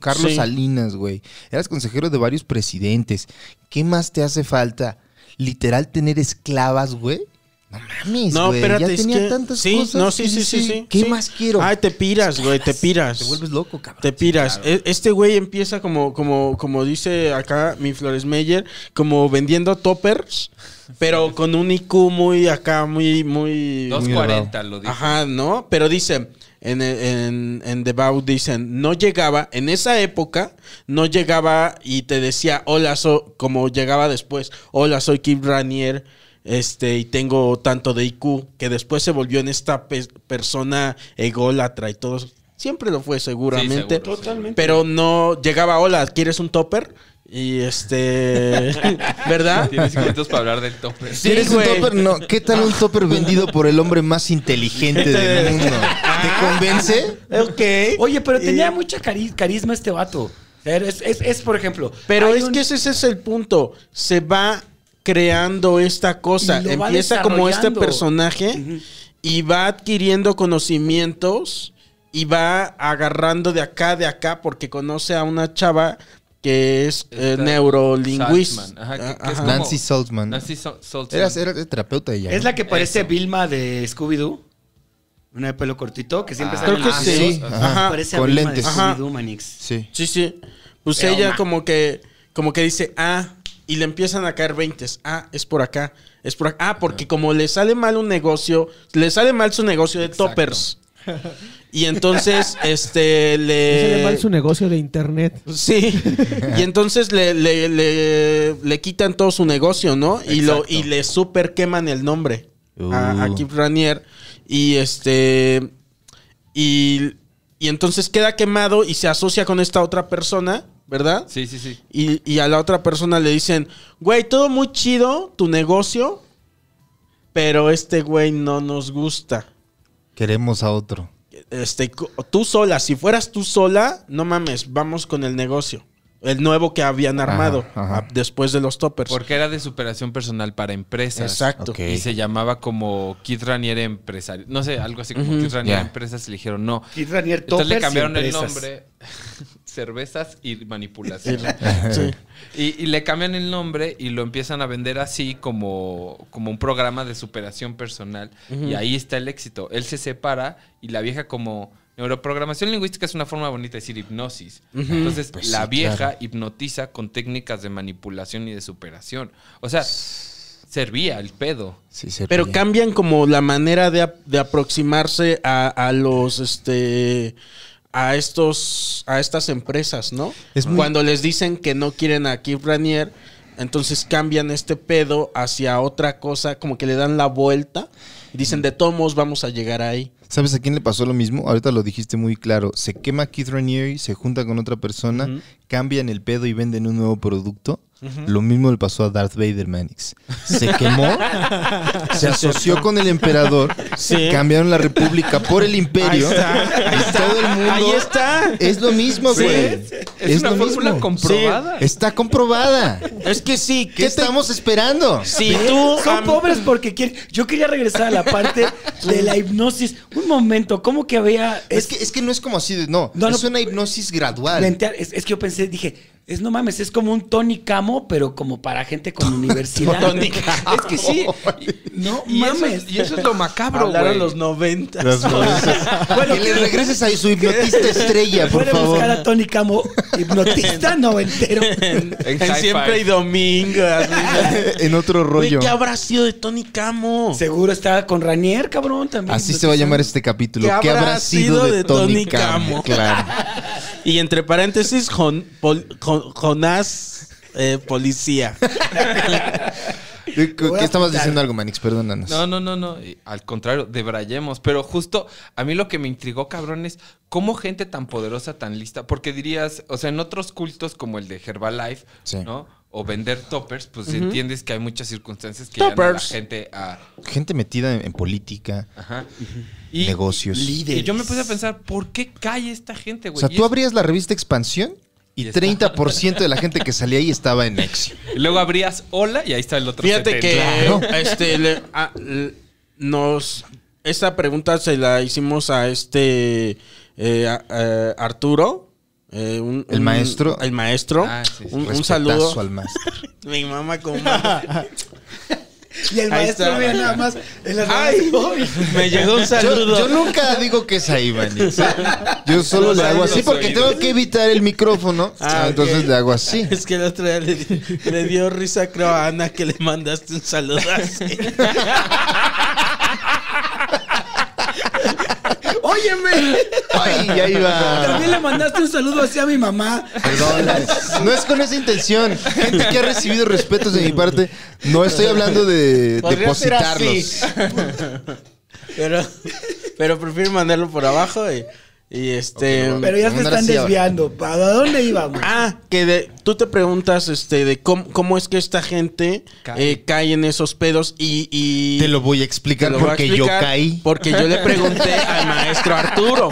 S2: Carlos
S1: Sí.
S2: Salinas, güey. Eras consejero de varios presidentes. ¿Qué más te hace falta? Literal tener esclavas, güey. No mames,
S1: No,
S2: güey.
S1: espérate,
S2: ya
S1: es
S2: tenía
S1: que-
S2: tantas
S1: sí,
S2: cosas.
S1: no, sí,
S2: que
S1: sí, sí,
S2: dices,
S1: sí,
S2: ¿Qué
S1: sí.
S2: más quiero?
S1: Ay, te piras,
S2: <laughs>
S1: güey, te piras.
S2: Te vuelves loco, cabrón.
S1: Te piras. E- Este güey empieza como, como, como dice acá mi Flores Meyer, como vendiendo toppers, pero con un IQ muy acá, muy, muy.
S4: 240 lo dijo.
S1: Ajá, ¿no? Pero dice, en, en, en The Bow dicen, no llegaba, en esa época, no llegaba y te decía, hola, so, como llegaba después, hola, soy Kim Ranier. este, y tengo tanto de IQ, que después se volvió en esta pe- persona ególatra y todo. eso. Siempre lo fue, seguramente.
S4: seguro,
S3: Totalmente.
S1: Pero no llegaba, hola, ¿quieres un topper? Y este. <laughs> ¿Verdad?
S4: Tienes minutos para hablar del tope.
S1: Sí,
S2: ¿Quieres un
S1: güey.
S2: topper? No. ¿Qué tal un topper vendido por el hombre más inteligente del
S1: <laughs>
S2: mundo? ¿Te convence?
S1: Ok.
S3: Oye, pero tenía
S1: Eh,
S3: mucha cari- carisma este vato. O sea, Es, es- es, por ejemplo.
S1: Pero
S3: hay
S1: es
S3: un-
S1: que ese, ese es el punto. Se va creando esta cosa.
S3: Y lo va
S1: Empieza como este
S3: desarrollando.
S1: personaje y va adquiriendo conocimientos y va agarrando de acá, de acá, porque conoce a una chava que es eh,
S4: Esta-
S1: neurolingüista.
S4: Saltman, ajá, que- que
S1: Ah,
S4: es
S1: ajá.
S4: como-
S2: Nancy Saltman.
S4: Nancy Sol- Saltzman.
S2: Era, era terapeuta ella.
S3: Es
S2: ¿no?
S3: la que parece Vilma de Scooby-Doo. Una de pelo cortito que siempre
S4: Ah,
S3: sale en
S1: creo que
S3: los
S1: sí.
S3: videos.
S2: Ajá.
S3: Ajá, Parece a
S2: Con
S3: Vilma
S2: lentes.
S3: de
S1: Ajá.
S3: Scooby-Doo, Manix.
S2: Sí.
S1: Sí, sí. Pues
S3: Pero
S1: ella
S3: ma-
S1: como que como que dice, ah, y le empiezan a caer veintes. Ah, es por acá. Es por acá. Ah, porque como le sale mal un negocio, le sale mal su negocio de
S3: <laughs>
S4: Exacto.
S1: toppers. Y entonces, este, le...
S5: Ese le va en su negocio de internet.
S1: Sí, y entonces le, le, le, le quitan todo su negocio, ¿no? Y, lo, y le super queman el nombre a,
S3: Uh.
S1: a Keith Ranier. Y este. Y, y entonces queda quemado y se asocia con esta otra persona, ¿verdad?
S4: Sí, sí, sí.
S1: Y, y a la otra persona le dicen, güey, todo muy chido tu negocio, pero este güey no nos gusta.
S2: Queremos a otro.
S1: Este, co- tú sola, si fueras tú sola, no mames, vamos con el negocio. El nuevo que habían armado
S2: ajá.
S1: a- después de los toppers.
S4: Porque era de superación personal para empresas.
S1: Exacto.
S2: Ok.
S4: Y se llamaba como Kid Ranier Empresario. No sé, algo así como Kid Ranier
S2: ya.
S4: Empresas. Y le dijeron no.
S3: Keith Ranier,
S4: Entonces le
S3: toppers y
S4: cambiaron el
S3: empresas.
S4: nombre. <laughs> Cervezas y
S2: <laughs>
S4: manipulación.
S1: Sí.
S4: Y, y le cambian el nombre y lo empiezan a vender así como, como un programa de superación personal. Y ahí está el éxito. Él se separa y la vieja como... Neuroprogramación lingüística es una forma bonita de decir hipnosis. Entonces, la vieja hipnotiza con técnicas de manipulación y de superación. O sea, servía el pedo.
S2: Sí, se
S1: Pero
S2: ríe.
S1: cambian como la manera de, ap- de aproximarse a, a los este a estos a estas empresas, ¿no?
S2: Es muy-
S1: Cuando les dicen que no quieren a Keith Ranier, entonces cambian este pedo hacia otra cosa, como que le dan la vuelta. y Dicen, de todos modos vamos a llegar ahí.
S2: ¿Sabes a quién le pasó lo mismo? Ahorita lo dijiste muy claro. Se quema Keith Raniere, se junta con otra persona, cambian el pedo y venden un nuevo producto. Lo mismo le pasó a Darth Vader Manix. Se
S1: <laughs>
S2: quemó, se asoció con el emperador,
S1: Sí.
S2: cambiaron la república por el imperio. y todo el mundo.
S1: Ahí está.
S2: Es lo mismo, güey. Es,
S4: Es, una
S2: lo
S4: fórmula
S2: mismo.
S4: comprobada.
S2: Está comprobada.
S1: Es que sí,
S2: ¿Qué
S1: que te-
S2: estamos esperando?
S1: Si tú
S3: Son
S1: am-
S3: pobres porque quieren. Yo quería regresar a la parte de la hipnosis. Un momento, ¿cómo que había.?
S2: Es que, es que no es como así de. No,
S3: No, no.
S2: es una hipnosis gradual.
S3: Plantear- es, es que yo pensé, dije, es no mames, es como un Tony Camo, pero como para gente con universidad.
S1: Tony
S3: <laughs> Es que sí. No
S4: Y eso-
S3: mames.
S4: y eso es lo macabro,
S1: hablar a
S4: güey.
S1: los 90.
S2: que le regreses a su hipnotista estrella, por
S3: Puede
S2: favor.
S3: buscar a Tony Camo, hipnotista noventero.
S1: en, <laughs>
S4: En
S1: en
S4: Hi-Fi.
S1: siempre y domingo. así.
S2: <laughs> en otro rollo.
S1: Güey, ¿Qué habrá sido de Tony Camo?
S3: Seguro está con Ranier, cabrón, también.
S2: Así se va a llamar este capítulo.
S1: ¿Qué
S2: ¿Qué,
S1: habrá
S2: habrá sido de, Tony Camo? Claro.
S1: Y entre paréntesis, Jon- Pol- Jon- Jonás eh, Policía.
S2: ¿Qué
S3: voy a
S2: qué estabas
S3: apuntar.
S2: diciendo algo, Manix? Perdónanos.
S4: No, no, no, no. y Al contrario, debrayemos. Pero justo a mí lo que me intrigó, cabrón, es cómo gente tan poderosa, tan lista. Porque dirías, o sea, en otros cultos como el de Herbalife,
S2: Sí.
S4: ¿no? O vender toppers, pues entiendes que hay muchas circunstancias que llevan a la
S1: Toppers.
S4: gente a.
S2: Gente metida en, en política,
S4: Ajá. Y,
S2: negocios.
S3: líder.
S4: y yo me puse a pensar, ¿por qué cae esta gente,
S2: O
S4: güey?
S2: sea,
S4: Y
S2: tú
S4: es-
S2: abrías la revista Expansión y
S4: Y está-
S2: 30% de la gente que salía ahí estaba en Nexio.
S4: y luego abrías hola y ahí está el otro.
S1: Fíjate
S4: 70.
S1: que
S2: Claro.
S1: este, le- a- l- nos. Esta pregunta se la hicimos a este eh, a- eh, Arturo. eh, un-
S2: El
S1: un-
S2: maestro.
S1: El maestro.
S4: Ah, sí, sí.
S1: Un, un
S2: Respetazo
S1: saludo.
S2: al máster.
S1: <laughs> Mi mamá con
S3: Y el
S1: Ahí
S3: maestro
S1: está.
S3: mira nada más. En las
S1: Ay, me llegó un saludo.
S2: Yo, yo nunca digo que es ahí, Manix. ¿eh? Yo solo
S4: Los
S2: le hago así
S4: oídos.
S2: porque tengo que evitar el micrófono.
S1: Ah,
S2: entonces
S1: ok.
S2: le hago así.
S1: <laughs> Es que el otro día le, di- le dio risa, creo, a Ana que le mandaste un saludo <laughs> así.
S3: ¡Oh, Óyeme.
S2: Ay, ya
S3: También
S2: iba.
S3: le mandaste un saludo así a mi mamá.
S2: Perdón. No es con esa intención. Gente que ha recibido respetos de mi parte, no estoy hablando de
S1: Podría ser
S2: depositarlos.
S1: Pero, pero prefiero mandarlo por abajo y, y este.
S3: Pero ya se
S2: Mandar
S3: están
S2: así ahora.
S3: desviando. ¿Para dónde íbamos?
S1: Ah, que de- tú te preguntas este, de cómo, cómo es que esta gente
S4: Cae.
S1: eh, cae en esos pedos y... y-
S2: Te lo voy a
S1: te
S2: explicar
S1: lo voy a
S2: porque
S1: explicar,
S2: yo caí.
S1: Porque yo le pregunté al maestro Arturo.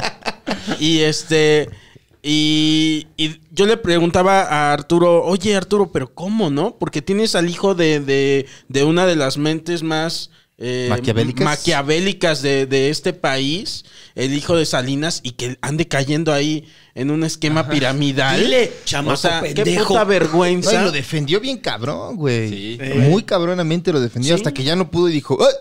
S1: Y este... Y, y yo le preguntaba a Arturo, oye Arturo, pero ¿cómo no? Porque tienes al hijo de, de- de una de las mentes más... eh,
S2: Maquiavélicas.
S1: maquiavélicas de, de este país, el hijo de Salinas, y que ande cayendo ahí en un esquema piramidal.
S3: Dile, chamaco
S1: O sea, qué
S3: pendejo.
S1: puta vergüenza.
S2: No, y lo defendió bien cabrón, güey.
S4: Sí.
S2: Muy cabronamente lo defendió hasta que ya no pudo y dijo, "Ay,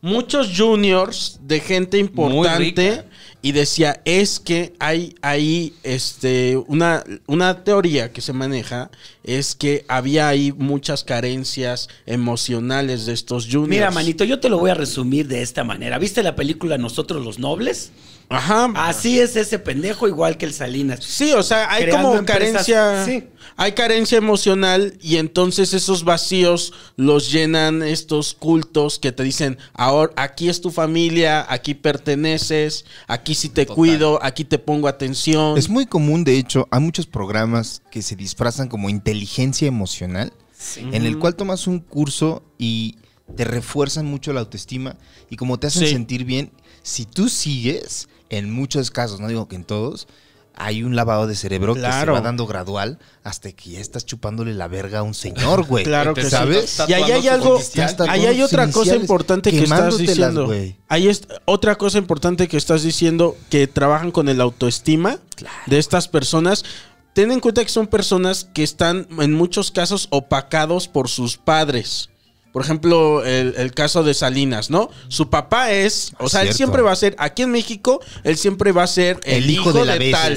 S1: Muchos juniors de gente importante
S4: rica.
S1: y decía, es que hay ahí este una, una teoría que se maneja es que había ahí muchas carencias emocionales de estos juniors.
S3: Pues Mira, manito, yo te lo voy a resumir de esta manera. ¿Viste la película Nosotros los Nobles?
S1: Ajá.
S3: Así es ese pendejo, igual que el Salinas.
S1: Sí, o sea, hay
S3: Creando
S1: como
S3: empresas,
S1: carencia.
S3: sí.
S1: Hay carencia emocional y entonces esos vacíos los llenan estos cultos que te dicen, ahora aquí es tu familia, aquí perteneces, aquí sí te
S4: Total.
S1: cuido, aquí te pongo atención.
S2: Es muy común, de hecho, hay muchos programas que se disfrazan como inteligencia emocional, en el cual tomas un curso y te refuerzan mucho la autoestima y como te hacen
S1: Sí.
S2: sentir bien, si tú sigues, en muchos casos, no digo que en todos, hay un lavado de cerebro que se
S1: Claro.
S2: va dando gradual hasta que ya estás chupándole la verga a un señor, güey.
S1: <laughs> Claro
S4: Te
S1: que sí.
S2: ¿Sabes?
S4: estás
S1: Y ahí hay
S4: tatuando tu
S1: algo-
S4: condición.
S2: Hasta
S1: Ahí hay
S2: con sus
S1: otra cosa
S2: iniciales
S1: importante que estás
S2: quemándotelas,
S1: diciendo.
S2: güey.
S1: Ahí es otra cosa importante que estás diciendo que trabajan con el autoestima de estas personas. Ten en cuenta que son personas que están en muchos casos opacados por sus padres. Por ejemplo, el, el caso de Salinas, ¿no? Su papá es, o sea, él
S2: Cierto.
S1: siempre va a ser, aquí en México, él siempre va a ser el, hijo, de, la
S2: bestia.
S1: tal,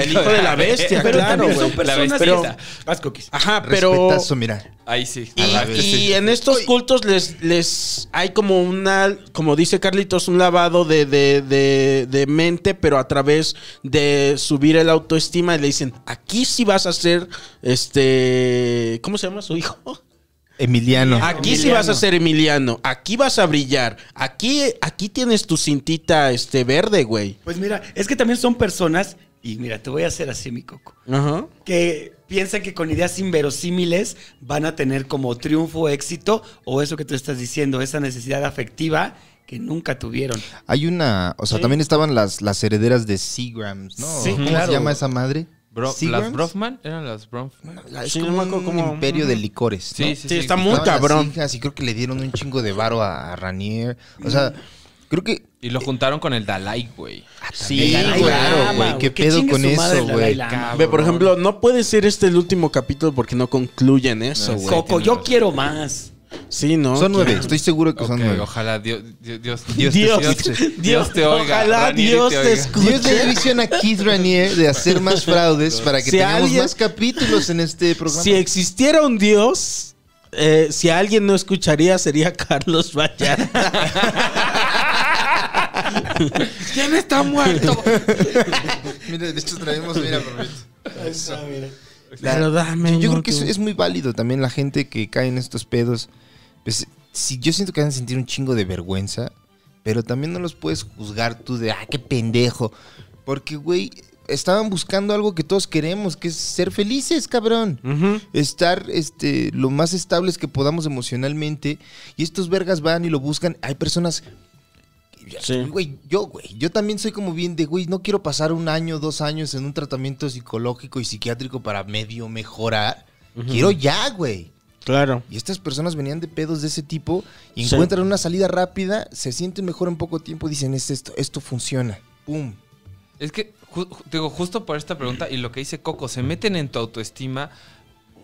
S1: el hijo de
S4: <laughs>
S1: la
S3: <laughs>
S1: bestia,
S3: Pero
S1: claro,
S3: también son
S1: güey.
S3: personas
S4: La
S1: Pero-
S3: que- Vas, Cookies.
S1: Ajá, pero
S2: Respetazo, mira.
S4: Ahí sí.
S1: y,
S4: A
S2: Ah,
S4: la vez,
S1: y
S4: sí.
S1: en estos cultos les, les hay como una, como dice Carlitos, un lavado de, de- de- de mente, pero a través de subir el autoestima y le dicen, aquí sí vas a ser, este, ¿cómo se llama su hijo?
S2: Emiliano.
S1: Aquí sí vas a ser Emiliano, aquí vas a brillar, aquí, aquí tienes tu cintita, este, verde, güey.
S3: Pues mira, es que también son personas, y mira, te voy a hacer así, mi coco,
S1: Ajá.
S3: que piensan que con ideas inverosímiles van a tener como triunfo, éxito, o eso que tú estás diciendo, esa necesidad afectiva que nunca tuvieron.
S2: Hay una, o sea, también estaban las, las herederas de Seagrams, ¿no?
S3: Sí,
S2: ¿Cómo
S3: claro.
S2: se llama esa madre?
S4: Bro-
S2: ¿Seagrams?
S4: ¿Las Brofman? ¿Eran las Brofman?
S2: La- Es
S1: Sí, no
S2: como
S1: me acuerdo
S2: un
S1: cómo-
S2: imperio de licores.
S4: Sí,
S2: ¿no?
S4: sí, sí.
S1: Sí, está muy
S2: Estaban las
S1: cabrón.
S2: hijas y creo que le dieron un chingo de varo a, a Ranier. O sea, creo que.
S4: Y lo juntaron con el Dalai, güey.
S1: Sí,
S2: Claro,
S1: güey.
S2: güey. ¿Qué
S3: que
S2: pedo
S3: chingue
S2: con
S3: su madre
S2: eso,
S3: el Dalai
S2: güey?
S3: Lama,
S4: Cabrón.
S1: Ve, por ejemplo, Ah, no puede ser este el último capítulo porque no concluyen eso,
S2: No,
S1: güey.
S3: Coco, yo quiero más.
S1: Sí, ¿no?
S2: Son nueve, estoy seguro que son
S4: Ok,
S2: nueve.
S4: ojalá Dios, Dios,
S1: <laughs>
S4: Dios,
S2: Dios te escuche.
S4: Dios, Dios te oiga.
S1: Ojalá
S4: Ranieri
S1: Dios te
S4: oiga.
S1: escuche.
S2: Dios le dio visión a Keith Ranier de hacer más fraudes para que
S1: Si
S2: tengamos
S1: alguien-
S2: más capítulos en este programa.
S1: Si existiera un Dios, eh, si alguien no escucharía sería Carlos Vallarta.
S4: <laughs> ¿Quién está muerto?
S2: Mira, de hecho traemos,
S1: <laughs>
S2: mira, perfecto. La-
S1: Pero dame,
S2: yo, yo
S1: no,
S2: creo que
S1: tú.
S2: eso es muy válido también la gente que cae en estos pedos. Pues, si yo siento que van a sentir un chingo de vergüenza, pero también no los puedes juzgar tú de, ah, qué pendejo. Porque, güey, estaban buscando algo que todos queremos, que es ser felices, cabrón. Estar este, lo más estables que podamos emocionalmente. Y estos vergas van y lo buscan. Hay personas
S1: Sí.
S2: Güey, yo, güey, yo también soy como bien de, güey, no quiero pasar un año, dos años en un tratamiento psicológico y psiquiátrico para medio mejorar. Quiero ya, güey.
S1: Claro.
S2: Y estas personas venían de pedos de ese tipo y
S1: Sí.
S2: encuentran una salida rápida, se sienten mejor en poco tiempo y dicen, "Es esto, esto funciona. Pum.
S4: Es que, ju- ju- digo, justo por esta pregunta y lo que dice Coco, se meten en tu autoestima,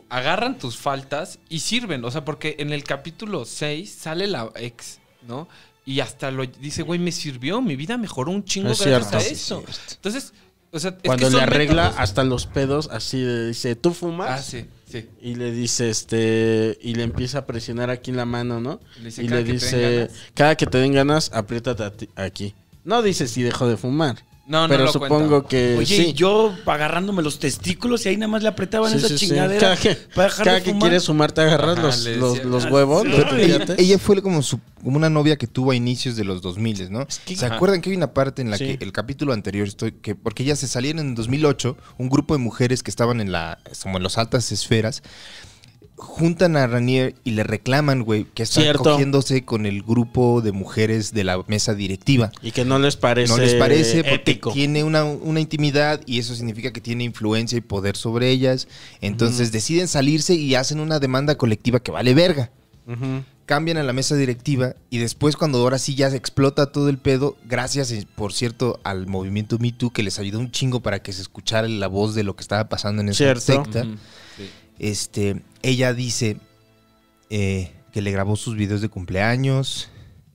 S4: agarran tus faltas y sirven. O sea, porque en el capítulo 6 sale la ex, ¿no? Y hasta lo dice, güey, me sirvió, mi vida mejoró un chingo
S1: Es
S4: gracias
S1: cierto.
S4: a
S1: Sí, es
S4: eso. Entonces, o sea, es
S1: Cuando
S4: que son
S1: le arregla
S4: métodos.
S1: hasta los pedos, así le dice, ¿tú fumas?
S4: Ah, sí, sí.
S1: Y le dice, este, y le empieza a presionar aquí en la mano, ¿no?
S4: Le dice,
S1: y
S4: "Cada
S1: le
S4: que te den
S1: dice,
S4: ganas".
S1: cada que te den ganas, apriétate a ti- aquí. No dice si dejó de fumar.
S4: No, no
S1: Pero
S4: lo
S1: supongo
S4: cuenta.
S1: que
S3: Oye,
S1: sí.
S3: y yo agarrándome los testículos y ahí nada más le apretaban
S1: Sí,
S3: esa
S1: sí, sí.
S3: chingadera.
S1: Cada que,
S3: para dejar
S1: cada
S3: de
S1: que
S3: fumar.
S1: quieres fumar, te agarras
S4: Ajá,
S1: los,
S4: le
S1: los,
S4: decía,
S1: los
S4: "Ah,
S1: huevos.
S4: sí".
S1: los
S2: Ella,
S1: pilates.
S2: ella fue como, su- como una novia que tuvo a inicios de los 2000, ¿no?
S1: que-
S2: ¿Se
S1: Ajá.
S2: acuerdan que hay una parte en la
S1: Sí.
S2: que el capítulo anterior, estoy, que porque ya se salieron en 2008, un grupo de mujeres que estaban en, la, como en las altas esferas, juntan a Ranier y le reclaman, güey, que está
S1: Cierto.
S2: cogiéndose con el grupo de mujeres de la mesa directiva.
S1: Y que no les parece.
S2: No les parece porque
S1: ético.
S2: tiene una, una intimidad y eso significa que tiene influencia y poder sobre ellas. Entonces deciden salirse y hacen una demanda colectiva que vale verga
S1: Ujú.
S2: cambian a la mesa directiva y después cuando ahora sí ya se explota todo el pedo, gracias eh, por cierto al movimiento Me Too que les ayudó un chingo para que se escuchara la voz de lo que estaba pasando en esa
S1: Cierto.
S2: secta,
S4: Ujú, sí.
S2: este, ella dice eh, que le grabó sus videos de cumpleaños,